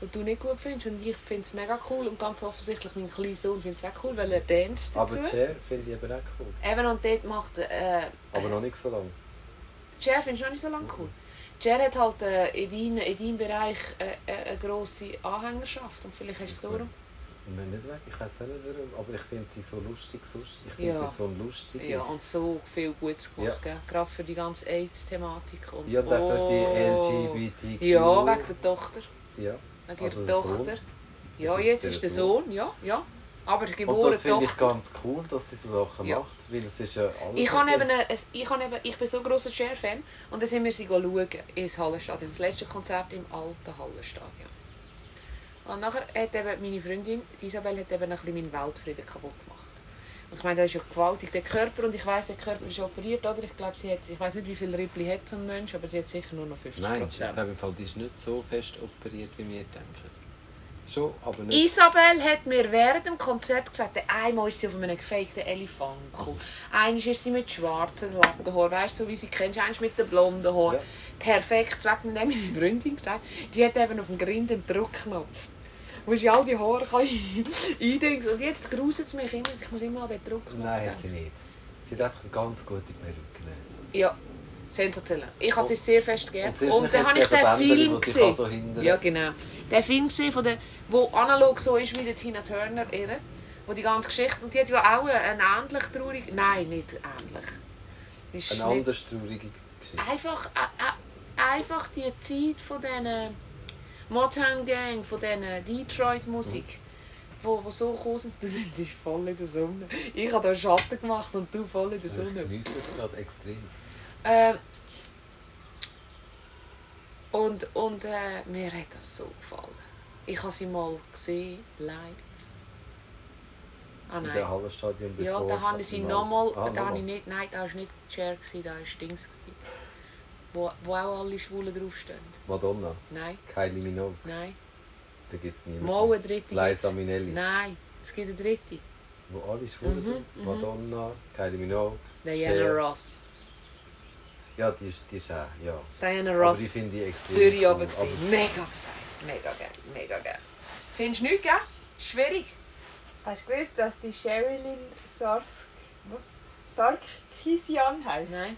Speaker 1: was du nicht gut findest. Und ich finde es mega cool. Und ganz offensichtlich mein kleiner Sohn findet es auch cool, weil er tanzt dazu.
Speaker 2: Aber Chair finde ich eben auch cool.
Speaker 1: Eben und dort macht. Äh,
Speaker 2: Aber noch nicht so lange.
Speaker 1: Cher findest du noch nicht so lange cool. Cher hat halt äh, in, dein, in deinem Bereich äh, äh, eine grosse Anhängerschaft. Und vielleicht hast du es darum.
Speaker 2: Nein, nicht weg. Ich weiß auch nicht warum. Aber ich finde sie so lustig sonst. Ich finde
Speaker 1: Ja.
Speaker 2: sie so lustig.
Speaker 1: Ja, und so viel Gutes gemacht. gell? Gerade für die ganze AIDS-Thematik. Und
Speaker 2: Ja, dann für die LGBTQ.
Speaker 1: Oh. Ja, wegen der Tochter.
Speaker 2: Ja.
Speaker 1: Wegen
Speaker 2: Also
Speaker 1: ihrer
Speaker 2: der
Speaker 1: Tochter.
Speaker 2: Sohn.
Speaker 1: Ja,
Speaker 2: Das ist
Speaker 1: jetzt
Speaker 2: der
Speaker 1: ist der
Speaker 2: Sohn.
Speaker 1: Sohn, ja, ja. Aber
Speaker 2: Und
Speaker 1: geborene
Speaker 2: das finde ich
Speaker 1: Tochter.
Speaker 2: ganz cool, dass sie so Sachen
Speaker 1: Ja.
Speaker 2: macht, weil es ist ja alles...
Speaker 1: Ich, habe eben eine, es- ich, habe eben, ich bin so grosser Cher-Fan und dann sind wir sie schauen ins Hallenstadion. Das letzte Konzert im alten Hallenstadion. Und nachher hat eben meine Freundin, die Isabel, hat eben ein bisschen meinen Weltfrieden kaputt gemacht. Und ich meine, das ist ja gewaltig, der Körper. Und ich weiss, der Körper ist operiert, oder? Ich glaube, sie hat, ich weiss nicht, wie viel Rippli hat so ein Mensch, aber sie hat sicher nur noch 50
Speaker 2: Nein, ich glaube im Fall, die ist nicht so fest operiert, wie wir denken. Schon, aber nicht...
Speaker 1: Isabel hat mir während dem Konzert gesagt, einmal ist sie auf einem gefakten Elefant gekommen. Einmal ist sie mit schwarzen Lattenhaaren, weißt du, so wie sie kennst, einmal mit den blonden Haaren.
Speaker 2: Ja.
Speaker 1: Perfekt, zwecken dem meine Freundin gesagt, die hat eben auf dem Grind einen Druckknopf. Wo sie all die Haare kann eindingsen Und jetzt gruselt es mich immer, ich muss immer an den Druckknopf
Speaker 2: Nein,
Speaker 1: denken.
Speaker 2: hat sie nicht. Sie hat einfach eine ganz gute Perücke. genommen.
Speaker 1: Ja, sensationell. Ich habe sie sehr fest gern.
Speaker 2: Oh. Und
Speaker 1: Und,
Speaker 2: sonst
Speaker 1: dann
Speaker 2: hat
Speaker 1: habe
Speaker 2: sie
Speaker 1: ich den
Speaker 2: eben
Speaker 1: Film
Speaker 2: Bänder, also die sie
Speaker 1: gesehen.
Speaker 2: kann so hindern.
Speaker 1: ja, genau. Den Film gesehen, von der, wo analog so ist wie der Tina Turner, ihre, wo die ganze Geschichte. Und die hat ja auch eine ähnlich traurige. Nein, nicht ähnlich. Das ist
Speaker 2: Eine
Speaker 1: nicht,
Speaker 2: anders traurige Geschichte.
Speaker 1: einfach, äh, äh, einfach die Zeit von diesen Motown Gang, von diesen Detroit Musik. Wo, wo so gekommen sind, du sind voll in der Sonne. Ich habe da Schatten gemacht und du voll in der
Speaker 2: Ich
Speaker 1: Sonne.
Speaker 2: genieße es gerade extrem.
Speaker 1: Ähm, und und äh, mir hat das so gefallen. Ich habe sie mal gesehen, live. Ah
Speaker 2: In
Speaker 1: nein.
Speaker 2: der Hallenstadion
Speaker 1: Ja,
Speaker 2: bevor
Speaker 1: da
Speaker 2: es
Speaker 1: habe ich sie
Speaker 2: mal-
Speaker 1: nochmal.
Speaker 2: Ah,
Speaker 1: da habe
Speaker 2: nochmal.
Speaker 1: ich nicht. Nein, da war nicht Cher, gewesen, da war Dings. gewesen. Wo, wo auch alle Schwulen draufstehen.
Speaker 2: Madonna,
Speaker 1: Nein,
Speaker 2: Kylie Minogue,
Speaker 1: nein.
Speaker 2: da gibt es niemanden.
Speaker 1: Mal eine dritte.
Speaker 2: Liza
Speaker 1: gibt's.
Speaker 2: Minnelli.
Speaker 1: Nein, es gibt eine dritte.
Speaker 2: Wo alle schwulen
Speaker 1: Mhm,
Speaker 2: sind. Madonna, Kylie Minogue,
Speaker 1: Diana
Speaker 2: Cher.
Speaker 1: Ross.
Speaker 2: Ja, die ist, die ist auch, ja.
Speaker 1: Diana
Speaker 2: Aber
Speaker 1: Ross.
Speaker 2: die finde ich extrem
Speaker 1: Zürich
Speaker 2: cool.
Speaker 1: oben gewesen. Mega gesagt. Mega geil. Mega geil. Findest du nichts, gell? Schwierig.
Speaker 3: Hast du gewusst, dass die Sherilyn Sarsk... Was? Sarkisian heisst?
Speaker 1: Nein.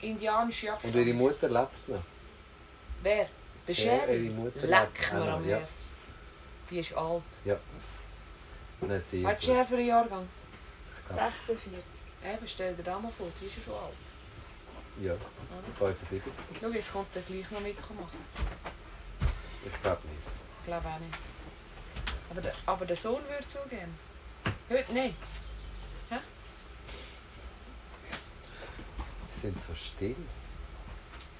Speaker 1: Indianische
Speaker 2: Und ihre
Speaker 1: Abstammung.
Speaker 2: Mutter lebt noch.
Speaker 1: Wer? Der
Speaker 2: Cher,
Speaker 1: Sherry?
Speaker 2: ihre Mutter
Speaker 1: Leck
Speaker 2: lebt
Speaker 1: mir
Speaker 2: auch
Speaker 1: am
Speaker 2: noch, eh, ja.
Speaker 1: Herz. Die ist alt.
Speaker 2: Nein, sie
Speaker 1: Was hat Cher für einen Jahrgang?
Speaker 3: 46.
Speaker 1: Eben, stell dir das mal vor, die ist ja schon alt.
Speaker 2: Ja,
Speaker 1: Oder?
Speaker 2: 75.
Speaker 1: Schau, jetzt kommt der gleich noch mitmachen.
Speaker 2: Ich glaube nicht.
Speaker 1: Ich glaube auch nicht. Aber der, aber der Sohn würde zugeben. Heute nicht.
Speaker 2: Sie sind so still.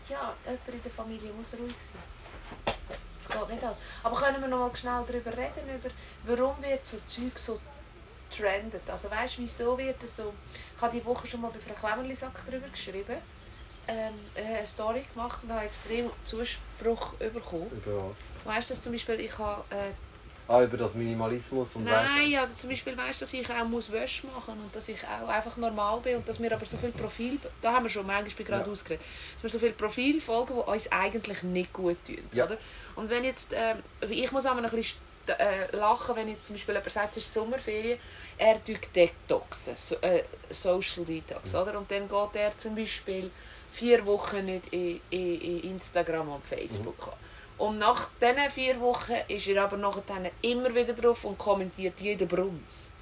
Speaker 1: Ja, jemand in der Familie muss ruhig sein. Es geht nicht aus. Aber können wir noch mal schnell darüber reden, über, warum wird so Zeug so trendet? Also weißt du, wieso wird das so... Ich habe die Woche schon mal bei Frau Klemmerlisack darüber geschrieben, ähm, äh, eine Story gemacht und habe extrem Zuspruch bekommen.
Speaker 2: Über was?
Speaker 1: Weißt du, dass zum Beispiel ich habe... Äh,
Speaker 2: Ah, über das Minimalismus und
Speaker 1: Nein, ja, zum Beispiel weißt du, dass ich auch muss Wäsche machen und dass ich auch einfach normal bin und dass wir aber so viel Profil, da haben wir schon manchmal bei gerade
Speaker 2: Ja.
Speaker 1: ausgeredet, dass wir so viel Profil folgen, die uns eigentlich nicht gut tun,
Speaker 2: Ja.
Speaker 1: oder? Und wenn jetzt, ähm, ich muss einmal ein bisschen st- äh, lachen, wenn jetzt zum Beispiel jemand sagt, es ist Sommerferien, er tut Detoxen, so, äh, Social Detox, oder? Und dann geht er zum Beispiel vier Wochen nicht in, in, in Instagram und Facebook an. Und nach diesen vier Wochen ist er aber nachher dann immer wieder drauf und kommentiert jeden Brunz.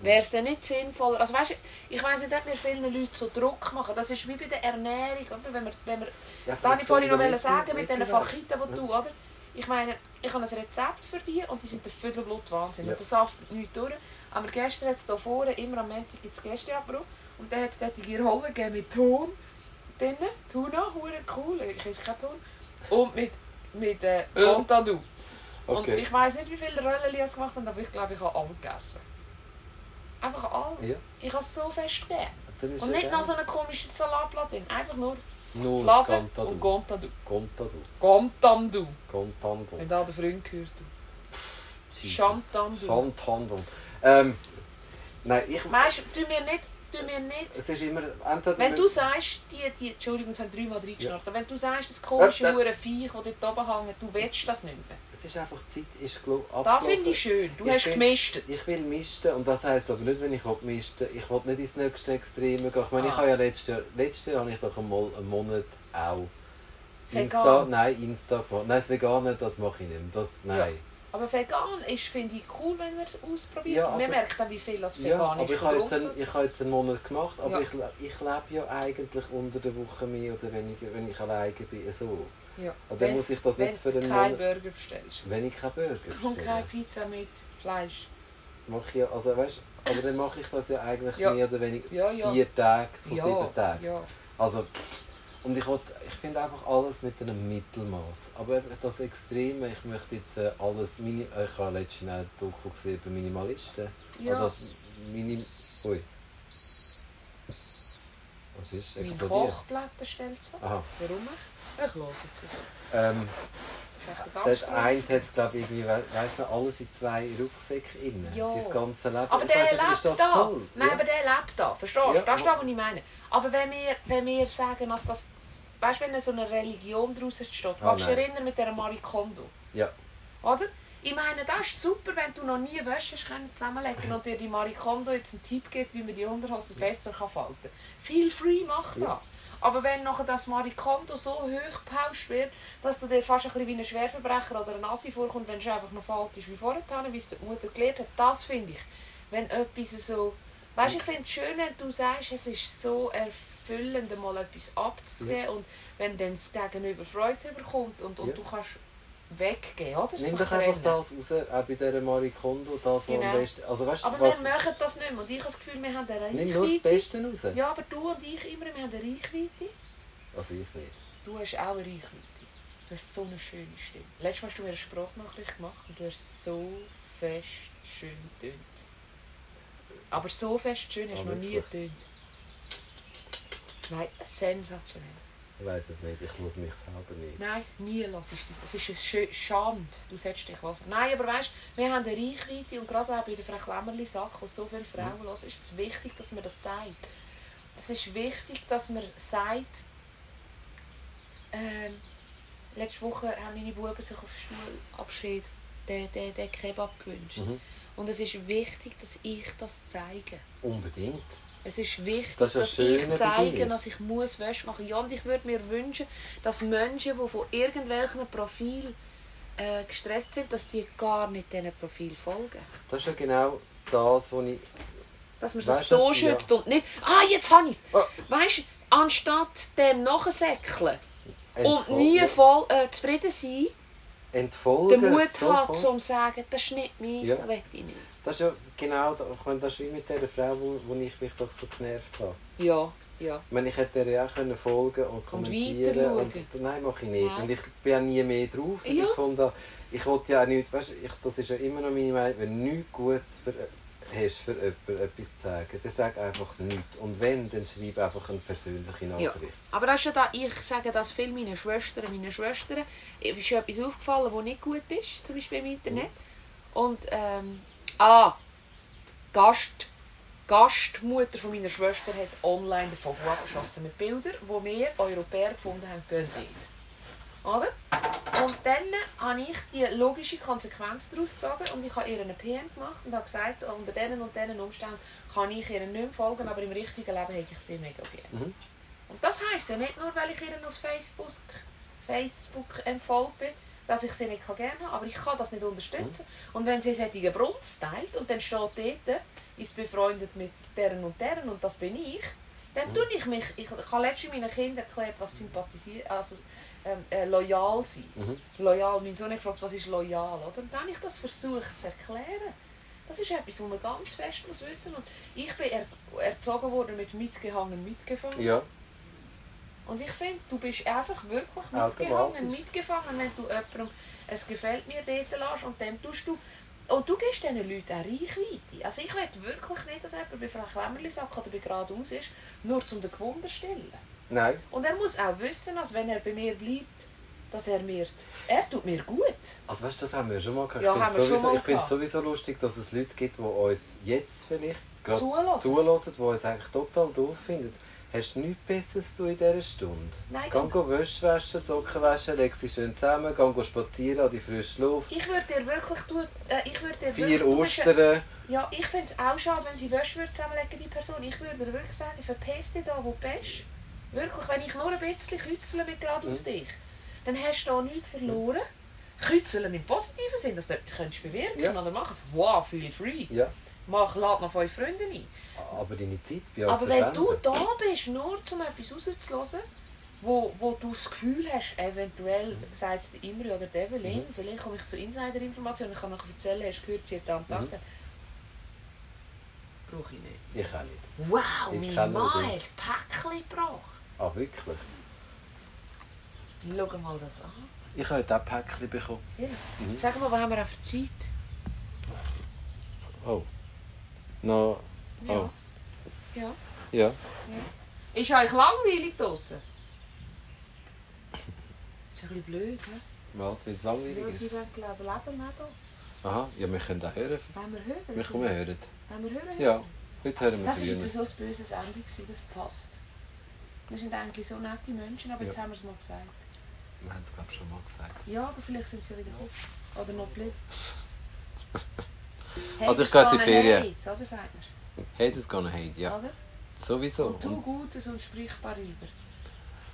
Speaker 1: Wäre es denn nicht sinnvoller? Also weißt, ich weiss nicht, ob wir vielen Leuten so Druck machen. Das ist wie bei der Ernährung. Oder? Wenn wir, wenn wir,
Speaker 2: Ja,
Speaker 1: das wollte ich vorhin noch
Speaker 2: Mittel-
Speaker 1: sagen mit diesen
Speaker 2: Mittelwert.
Speaker 1: Fachiten, die du, oder? Ich meine, ich habe ein Rezept für die und die sind der Vödelblut Wahnsinn.
Speaker 2: Ja.
Speaker 1: Und das saftet nichts durch. Aber gestern hat es hier vorne, immer am Montag gibt es Gästeabbruch. Und dann hat es dort die Girollen gegeben mit Ton drin. Tuna, hure cool, ich esse keinen Ton. Und mit, mit äh, Contadou. Und
Speaker 2: Okay.
Speaker 1: ich weiss nicht, wie viele Röllchen es gemacht haben, aber ich glaube, ich habe alle gegessen. Einfach alle.
Speaker 2: Ja,
Speaker 1: Ich habe es so fest gegeben.
Speaker 2: dann ist
Speaker 1: Und nicht noch so einen komischen Salatblatt drin. Einfach nur
Speaker 2: Nur
Speaker 1: Fladen und
Speaker 2: Contador.
Speaker 1: Contadou.
Speaker 2: Contador.
Speaker 1: Gantamdu.
Speaker 2: Contador.
Speaker 1: Wenn da der Freund gehört. du.
Speaker 2: Jesus.
Speaker 1: Schandhandel.
Speaker 2: Schandhandel. Ähm, nein, ich...
Speaker 1: Weisst du, tun wir nicht tun wir nicht.
Speaker 2: Es ist immer, entweder
Speaker 1: Wenn
Speaker 2: wir-
Speaker 1: du sagst, die, die, Entschuldigung, es haben dreimal reingeschnarrt, aber wenn du sagst, das komische
Speaker 2: Ja, ja.
Speaker 1: hure Viech, das dort oben hängt, du willst das nicht mehr.
Speaker 2: es ist einfach, die Zeit ist glaub,
Speaker 1: Das
Speaker 2: abgelaufen.
Speaker 1: finde ich schön. Du
Speaker 2: Ich
Speaker 1: hast
Speaker 2: bin-
Speaker 1: gemischt.
Speaker 2: Ich will misten und das heisst aber nicht, wenn ich misten will. Ich will nicht ins nächste Extreme gehen. Ich meine,
Speaker 1: Ah.
Speaker 2: ich habe ja letztes Jahr, letztes Jahr habe ich doch einmal einen Monat auch Insta,
Speaker 1: Vegan.
Speaker 2: nein, Insta gemacht. Nein, das Vegane, das mache ich nicht mehr. Das, nein.
Speaker 1: Aber vegan ist, finde ich, cool, wenn man es ausprobiert.
Speaker 2: Ja,
Speaker 1: man
Speaker 2: aber-
Speaker 1: merkt dann, wie viel das
Speaker 2: Ja,
Speaker 1: vegan
Speaker 2: aber
Speaker 1: ist.
Speaker 2: ich habe,
Speaker 1: vom
Speaker 2: jetzt einen,
Speaker 1: Grundsatz.
Speaker 2: ich habe jetzt einen Monat gemacht, aber
Speaker 1: Ja.
Speaker 2: ich, le- ich lebe ja eigentlich unter der Woche mehr oder weniger, wenn ich alleine bin, so.
Speaker 1: ja.
Speaker 2: Und dann
Speaker 1: Wenn,
Speaker 2: muss ich das
Speaker 1: wenn
Speaker 2: nicht für
Speaker 1: du
Speaker 2: einen
Speaker 1: keinen
Speaker 2: Monat...
Speaker 1: Burger bestellst.
Speaker 2: Wenn ich keinen Burger
Speaker 1: Und keine
Speaker 2: bestelle,
Speaker 1: Pizza mit Fleisch.
Speaker 2: mache ich ja, also weißt, aber dann mache ich das ja eigentlich
Speaker 1: Ja.
Speaker 2: mehr oder weniger
Speaker 1: Ja, ja.
Speaker 2: vier Tage von
Speaker 1: ja,
Speaker 2: sieben Tagen.
Speaker 1: Ja.
Speaker 2: Also, und ich, will- ich finde einfach alles mit einem Mittelmaß. Aber eben das Extreme, ich möchte jetzt äh, alles. Mini äh, ich habe letztens eine Doku gesehen über Minimalisten.
Speaker 1: Ja.
Speaker 2: Und das Minim. Ui. Was ist?
Speaker 1: Mein
Speaker 2: Explodiert. Ah.
Speaker 1: Kochplatte stellt so.
Speaker 2: Aha.
Speaker 1: Warum? Ich Ich höre jetzt so. Das ist
Speaker 2: Ähm,
Speaker 1: echt
Speaker 2: der
Speaker 1: ganz
Speaker 2: eine
Speaker 1: traurig.
Speaker 2: hat, glaube ich, irgendwie, weiss noch, alles in zwei Rucksäcke drin.
Speaker 1: Ja.
Speaker 2: Sein ganzes Leben.
Speaker 1: Aber
Speaker 2: Ich
Speaker 1: der
Speaker 2: weiss nicht,
Speaker 1: lebt
Speaker 2: ist das
Speaker 1: da.
Speaker 2: toll?
Speaker 1: Nein,
Speaker 2: ja.
Speaker 1: aber der lebt da. Verstehst du?
Speaker 2: Ja.
Speaker 1: Das ist das, was ich meine. Aber wenn wir, wenn wir sagen, dass das. Weißt du, wenn so eine Religion daraus entsteht,
Speaker 2: Ah,
Speaker 1: magst du dich
Speaker 2: nein.
Speaker 1: erinnern mit dieser Marie Kondo?
Speaker 2: ja.
Speaker 1: Oder? Ich meine, das ist super, wenn du noch nie Wäsche hast können zusammenlegen und dir die Marie Kondo jetzt einen Tipp gibt, wie man die Unterhose besser kann falten kann. Feel free, mach das.
Speaker 2: Ja.
Speaker 1: Aber wenn nachher das Marie Kondo so hoch gepauscht wird, dass du dir fast ein bisschen wie ein Schwerverbrecher oder ein Asi vorkommst, wenn es einfach noch falsch ist wie vorher, wie es die Mutter gelernt hat, das finde ich. Wenn etwas so... Weißt du, ich finde es schön, wenn du sagst, es ist so erfüllend, mal etwas abzugeben und wenn dann das Gegenüber Freude überkommt und, und
Speaker 2: Ja.
Speaker 1: du kannst weggeben, oder?
Speaker 2: Nimm
Speaker 1: Sich
Speaker 2: doch
Speaker 1: trennen.
Speaker 2: einfach das raus, auch bei dieser Marie Kondo, das, was
Speaker 1: Genau.
Speaker 2: am besten. Also, weißt,
Speaker 1: Aber
Speaker 2: was,
Speaker 1: wir machen das nicht mehr. Und ich habe das Gefühl, wir haben eine
Speaker 2: Nimm nur das
Speaker 1: Reichweite.
Speaker 2: Beste raus.
Speaker 1: Ja, aber du und ich immer, wir haben eine Reichweite.
Speaker 2: Also ich nicht.
Speaker 1: Du hast auch eine Reichweite. Du hast so eine schöne Stimme. Letztes Mal hast du mir eine Sprachnachricht gemacht und du hast so fest schön getönt. Aber so fest schön hast du
Speaker 2: Ah,
Speaker 1: noch nie getönt. Nein, sensationell.
Speaker 2: Ich weiß es nicht, ich muss mich selber nicht.
Speaker 1: Nein, nie lass ich dich. Es ist eine Schö- Schande, du sollst dich hören. Nein, aber weißt du, wir haben eine Reichweite und gerade auch bei der Frau Klemmerli-Sache, wo so viele Frauen hören, ist es wichtig, dass man das sagt. Es ist wichtig, dass man sagt, ähm, letzte Woche haben meine Buben sich auf Schulabschied den, den, den Kebab gewünscht.
Speaker 2: Mhm.
Speaker 1: Und es ist wichtig, dass ich das zeige.
Speaker 2: Unbedingt.
Speaker 1: Es ist wichtig,
Speaker 2: Das ist das
Speaker 1: dass ich
Speaker 2: Schöne bei
Speaker 1: zeige,
Speaker 2: dir.
Speaker 1: dass ich muss Wäsche machen muss. Ja, und ich würde mir wünschen, dass Menschen, die von irgendwelchen Profilen äh, gestresst sind, dass die gar nicht diesen Profil folgen.
Speaker 2: Das ist ja genau das, was ich...
Speaker 1: Dass man sich
Speaker 2: Weißt
Speaker 1: so
Speaker 2: du,
Speaker 1: schützt und nicht, ah, jetzt habe ich es.
Speaker 2: Ah.
Speaker 1: Weißt du, anstatt dem nachsäckeln und
Speaker 2: entfol-
Speaker 1: nie voll äh, zufrieden sein,
Speaker 2: entfolgen.
Speaker 1: den Mut
Speaker 2: so
Speaker 1: hat,
Speaker 2: voll.
Speaker 1: um zu sagen, das ist nicht meins,
Speaker 2: Ja.
Speaker 1: das will ich nicht.
Speaker 2: Das ist ja genau das, ich meine, das ist wie mit dieser Frau, wo, wo ich mich doch so genervt habe.
Speaker 1: Ja, ja.
Speaker 2: Ich meine, ich hätte ihr ja auch können folgen und kommentieren.
Speaker 1: weiterschauen.
Speaker 2: Und, nein, mache ich nicht.
Speaker 1: Nein.
Speaker 2: Und ich bin auch nie mehr drauf. Und
Speaker 1: Ja.
Speaker 2: Ich, fand auch, ich wollte ja auch nichts, weißt, ich, das ist ja immer noch meine Meinung, wenn du nichts Gutes für, hast für jemanden etwas zu sagen, dann sag einfach nichts. Und wenn, dann schreib einfach eine persönliche
Speaker 1: Ja.
Speaker 2: Nachricht.
Speaker 1: Aber das ist ja da, ich sage das viel meinen Schwestern, meinen Schwestern. Es ist ja etwas aufgefallen, was nicht gut ist, zum Beispiel im Internet. Und, ähm, ah, die Gast, Gastmutter von meiner Schwester hat online den Vogel abgeschossen mit Bildern, die wir Europäer gefunden haben, gehen nicht. Oder? Und dann habe ich die logische Konsequenz daraus gezogen und ich habe ihr einen PM gemacht und habe gesagt, unter diesen und diesen Umständen kann ich ihr nicht mehr folgen, aber im richtigen Leben hätte ich sie mega gerne.
Speaker 2: Mhm.
Speaker 1: Und das heisst ja nicht nur, weil ich ihr auf Facebook, Facebook entfolgt bin, dass ich sie nicht gerne habe, aber ich kann das nicht unterstützen. Und wenn sie solche Brunst teilt und dann steht dort, ist befreundet mit deren und deren und das bin ich, dann tue ich mich, ich habe letztens meinen Kindern erklärt, was sympathisieren, also ähm, äh, loyal sein.
Speaker 2: Mhm.
Speaker 1: Loyal, mein Sohn hat gefragt, was ist loyal, oder? Und dann habe ich das versucht zu erklären. Das ist etwas, was man ganz fest muss wissen und ich bin er erzogen worden mit mitgehangen, mitgefangen.
Speaker 2: Ja.
Speaker 1: Und ich finde, du bist einfach wirklich mitgehangen,
Speaker 2: Automatisch.
Speaker 1: mitgefangen, wenn du jemandem «Es gefällt mir» reden lässt und dann tust du... Und du gibst diesen Leuten auch Reichweite. Also ich will wirklich nicht, dass jemand bei Frau Klemmerli sagt oder bei «Geradeaus» ist, nur um den Gewunder zu stillen.
Speaker 2: Nein.
Speaker 1: Und er muss auch wissen, dass wenn er bei mir bleibt, dass er mir... Er tut mir gut.
Speaker 2: Also weißt du, das haben wir schon mal gehabt.
Speaker 1: Ja,
Speaker 2: ich
Speaker 1: haben wir
Speaker 2: finde
Speaker 1: schon
Speaker 2: sowieso,
Speaker 1: mal
Speaker 2: ich find's
Speaker 1: gehabt.
Speaker 2: sowieso lustig, dass es Leute gibt, die uns jetzt vielleicht gerade
Speaker 1: Zuhören.
Speaker 2: zuhören, die uns eigentlich total doof finden. Hast du nichts Besseres zu tun in dieser Stunde?
Speaker 1: Nein,
Speaker 2: Geh
Speaker 1: und-
Speaker 2: go Wäsche waschen, Socken waschen, leg sie schön zusammen, geh go spazieren an die frische Luft.
Speaker 1: Ich würde dir wirklich... tun- Äh, ich würde dir
Speaker 2: Vier
Speaker 1: wirklich-
Speaker 2: Ostern.
Speaker 1: Ja, ich finde es auch schade, wenn sie Wäsche würde zusammenlegen die Person. Ich würde dir wirklich sagen, verpiss dich da, wo du bist. Wirklich, wenn ich nur ein bisschen kützle mit gerade
Speaker 2: Mhm.
Speaker 1: aus dich, dann hast du da nichts verloren. Kützeln im positiven Sinn, dass du etwas könntest bewirken
Speaker 2: Ja.
Speaker 1: oder machen Wow, feel free.
Speaker 2: Ja,
Speaker 1: Mach, lad noch fünf Freunde ein.
Speaker 2: aber deine Zeit bei uns
Speaker 1: Aber wenn du
Speaker 2: verschwenden.
Speaker 1: da bist, nur um etwas rauszuhören, wo, wo du das Gefühl hast, eventuell sagt es der Imri oder der Evelyn, vielleicht komme ich zu Insider-Informationen, ich kann nachher erzählen, hast du gehört, sie hat da und da
Speaker 2: Mhm.
Speaker 1: gesagt. Brauche ich nicht.
Speaker 2: Ich auch nicht.
Speaker 1: Wow,
Speaker 2: Ich
Speaker 1: mein
Speaker 2: kenne
Speaker 1: Mann
Speaker 2: dich.
Speaker 1: hat Päckchen gebracht.
Speaker 2: Ah, wirklich?
Speaker 1: Schau mal das an.
Speaker 2: Ich habe heute auch Päckchen bekommen.
Speaker 1: Ja. Sag mal, was haben wir auch für Zeit?
Speaker 2: Oh. No.
Speaker 1: Ja.
Speaker 2: Oh.
Speaker 1: ja.
Speaker 2: Ja.
Speaker 1: Ist euch langweilig draußen? Ist ein bisschen blöd, ne?
Speaker 2: Was, weil es
Speaker 1: Ja,
Speaker 2: langweilig ist?
Speaker 1: sie wollen, glaube ich, leben nicht hier.
Speaker 2: Aha, ja, wir können auch hören.
Speaker 1: Wollen wir hören?
Speaker 2: Wir kommen hören.
Speaker 1: Wollen wir hören?
Speaker 2: Ja, heute hören wir
Speaker 1: Das war
Speaker 2: früher.
Speaker 1: jetzt so ein böses Ende, gewesen, das passt. Wir sind eigentlich so nette Menschen, aber
Speaker 2: Ja.
Speaker 1: jetzt haben wir es mal gesagt.
Speaker 2: Wir haben es, glaube ich, schon mal gesagt.
Speaker 1: Ja, aber vielleicht sind sie ja wieder gut. Oder noch geblieben. Oh, Hey,
Speaker 2: Also ich
Speaker 1: das
Speaker 2: gehe jetzt in
Speaker 1: kann
Speaker 2: die
Speaker 1: ein
Speaker 2: Ferien.
Speaker 1: Hate, Oder sagt man es?
Speaker 2: Hate is gonna hate, ja. Oh,
Speaker 1: Oder?
Speaker 2: Sowieso.
Speaker 1: Und tu Gutes und sprich darüber.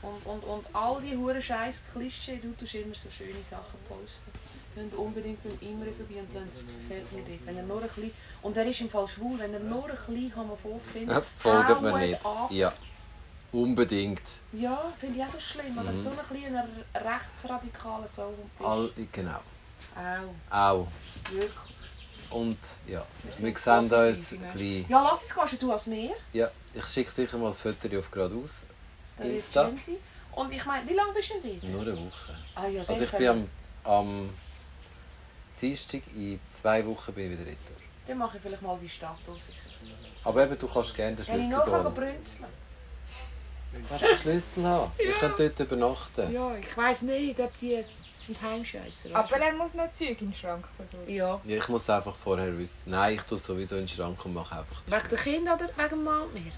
Speaker 1: Und, und, und all die hure scheiß Klischee, du tust immer so schöne Sachen posten. Könnt unbedingt mit Imre vorbei und lasst es gefällt mir nicht. Wenn er nur ein bisschen, und er ist im Fall schwul, wenn er nur ein bisschen homophob sind,
Speaker 2: Ja, folgt mir
Speaker 1: haut
Speaker 2: nicht.
Speaker 1: ab.
Speaker 2: Ja. Unbedingt.
Speaker 1: Ja, finde ich auch so schlimm, weil er so ein kleiner rechtsradikaler Sohn ist.
Speaker 2: All, genau.
Speaker 1: Auch,
Speaker 2: Auch.
Speaker 1: wirklich.
Speaker 2: Und ja.
Speaker 1: sind
Speaker 2: Wir sehen uns
Speaker 1: positive
Speaker 2: ein
Speaker 1: Menschen.
Speaker 2: bisschen.
Speaker 1: Ja, lass jetzt gehst du als mir.
Speaker 2: Ja, ich schicke sicher mal das Foto auf geradeaus.
Speaker 1: Das wird
Speaker 2: Insta.
Speaker 1: schlimm sein. Und ich meine, wie lange bist du denn dort?
Speaker 2: Nur eine Woche.
Speaker 1: Ah ja, dann
Speaker 2: Also ich
Speaker 1: können
Speaker 2: bin
Speaker 1: wir-
Speaker 2: am, am Dienstag in zwei Wochen bin ich wieder retour.
Speaker 1: Dann mache ich vielleicht mal die Stadt aus. sicher.
Speaker 2: Aber eben, du kannst gerne den
Speaker 1: Wenn ich
Speaker 2: Schlüssel
Speaker 1: noch kann
Speaker 2: holen.
Speaker 1: brünzeln
Speaker 2: Du kannst den Schlüssel haben. Wir können dort übernachten.
Speaker 1: Ja, ich weiss nicht, ob die eh, sind Heimscheisser.
Speaker 3: Aber er muss noch Zeug in den Schrank versorgen.
Speaker 1: Ah, Ja.
Speaker 2: Ja, ich muss es einfach vorher wissen. Nein, ich tue es sowieso in den Schrank und mache einfach das.
Speaker 1: Wegen der Kinder oder wegen dem Mann und mir?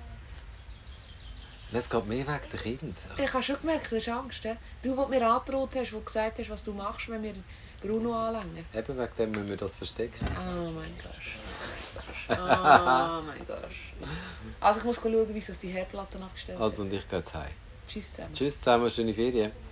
Speaker 2: Es geht mehr wegen der Kinder.
Speaker 1: Ich habe schon gemerkt, du hast Angst. He? Du, wo mir angedroht hast, wo gesagt hast, was du machst, wenn wir Bruno anlangen.
Speaker 2: Eben wegen dem müssen wir das verstecken.
Speaker 1: Oh mein Gott. Oh mein Gott. Also ich muss schauen, wieso die Herdplatten abgestellt
Speaker 2: Also
Speaker 1: hat.
Speaker 2: und ich gehe jetzt heim.
Speaker 1: Tschüss zusammen.
Speaker 2: Tschüss zusammen, schöne Ferien.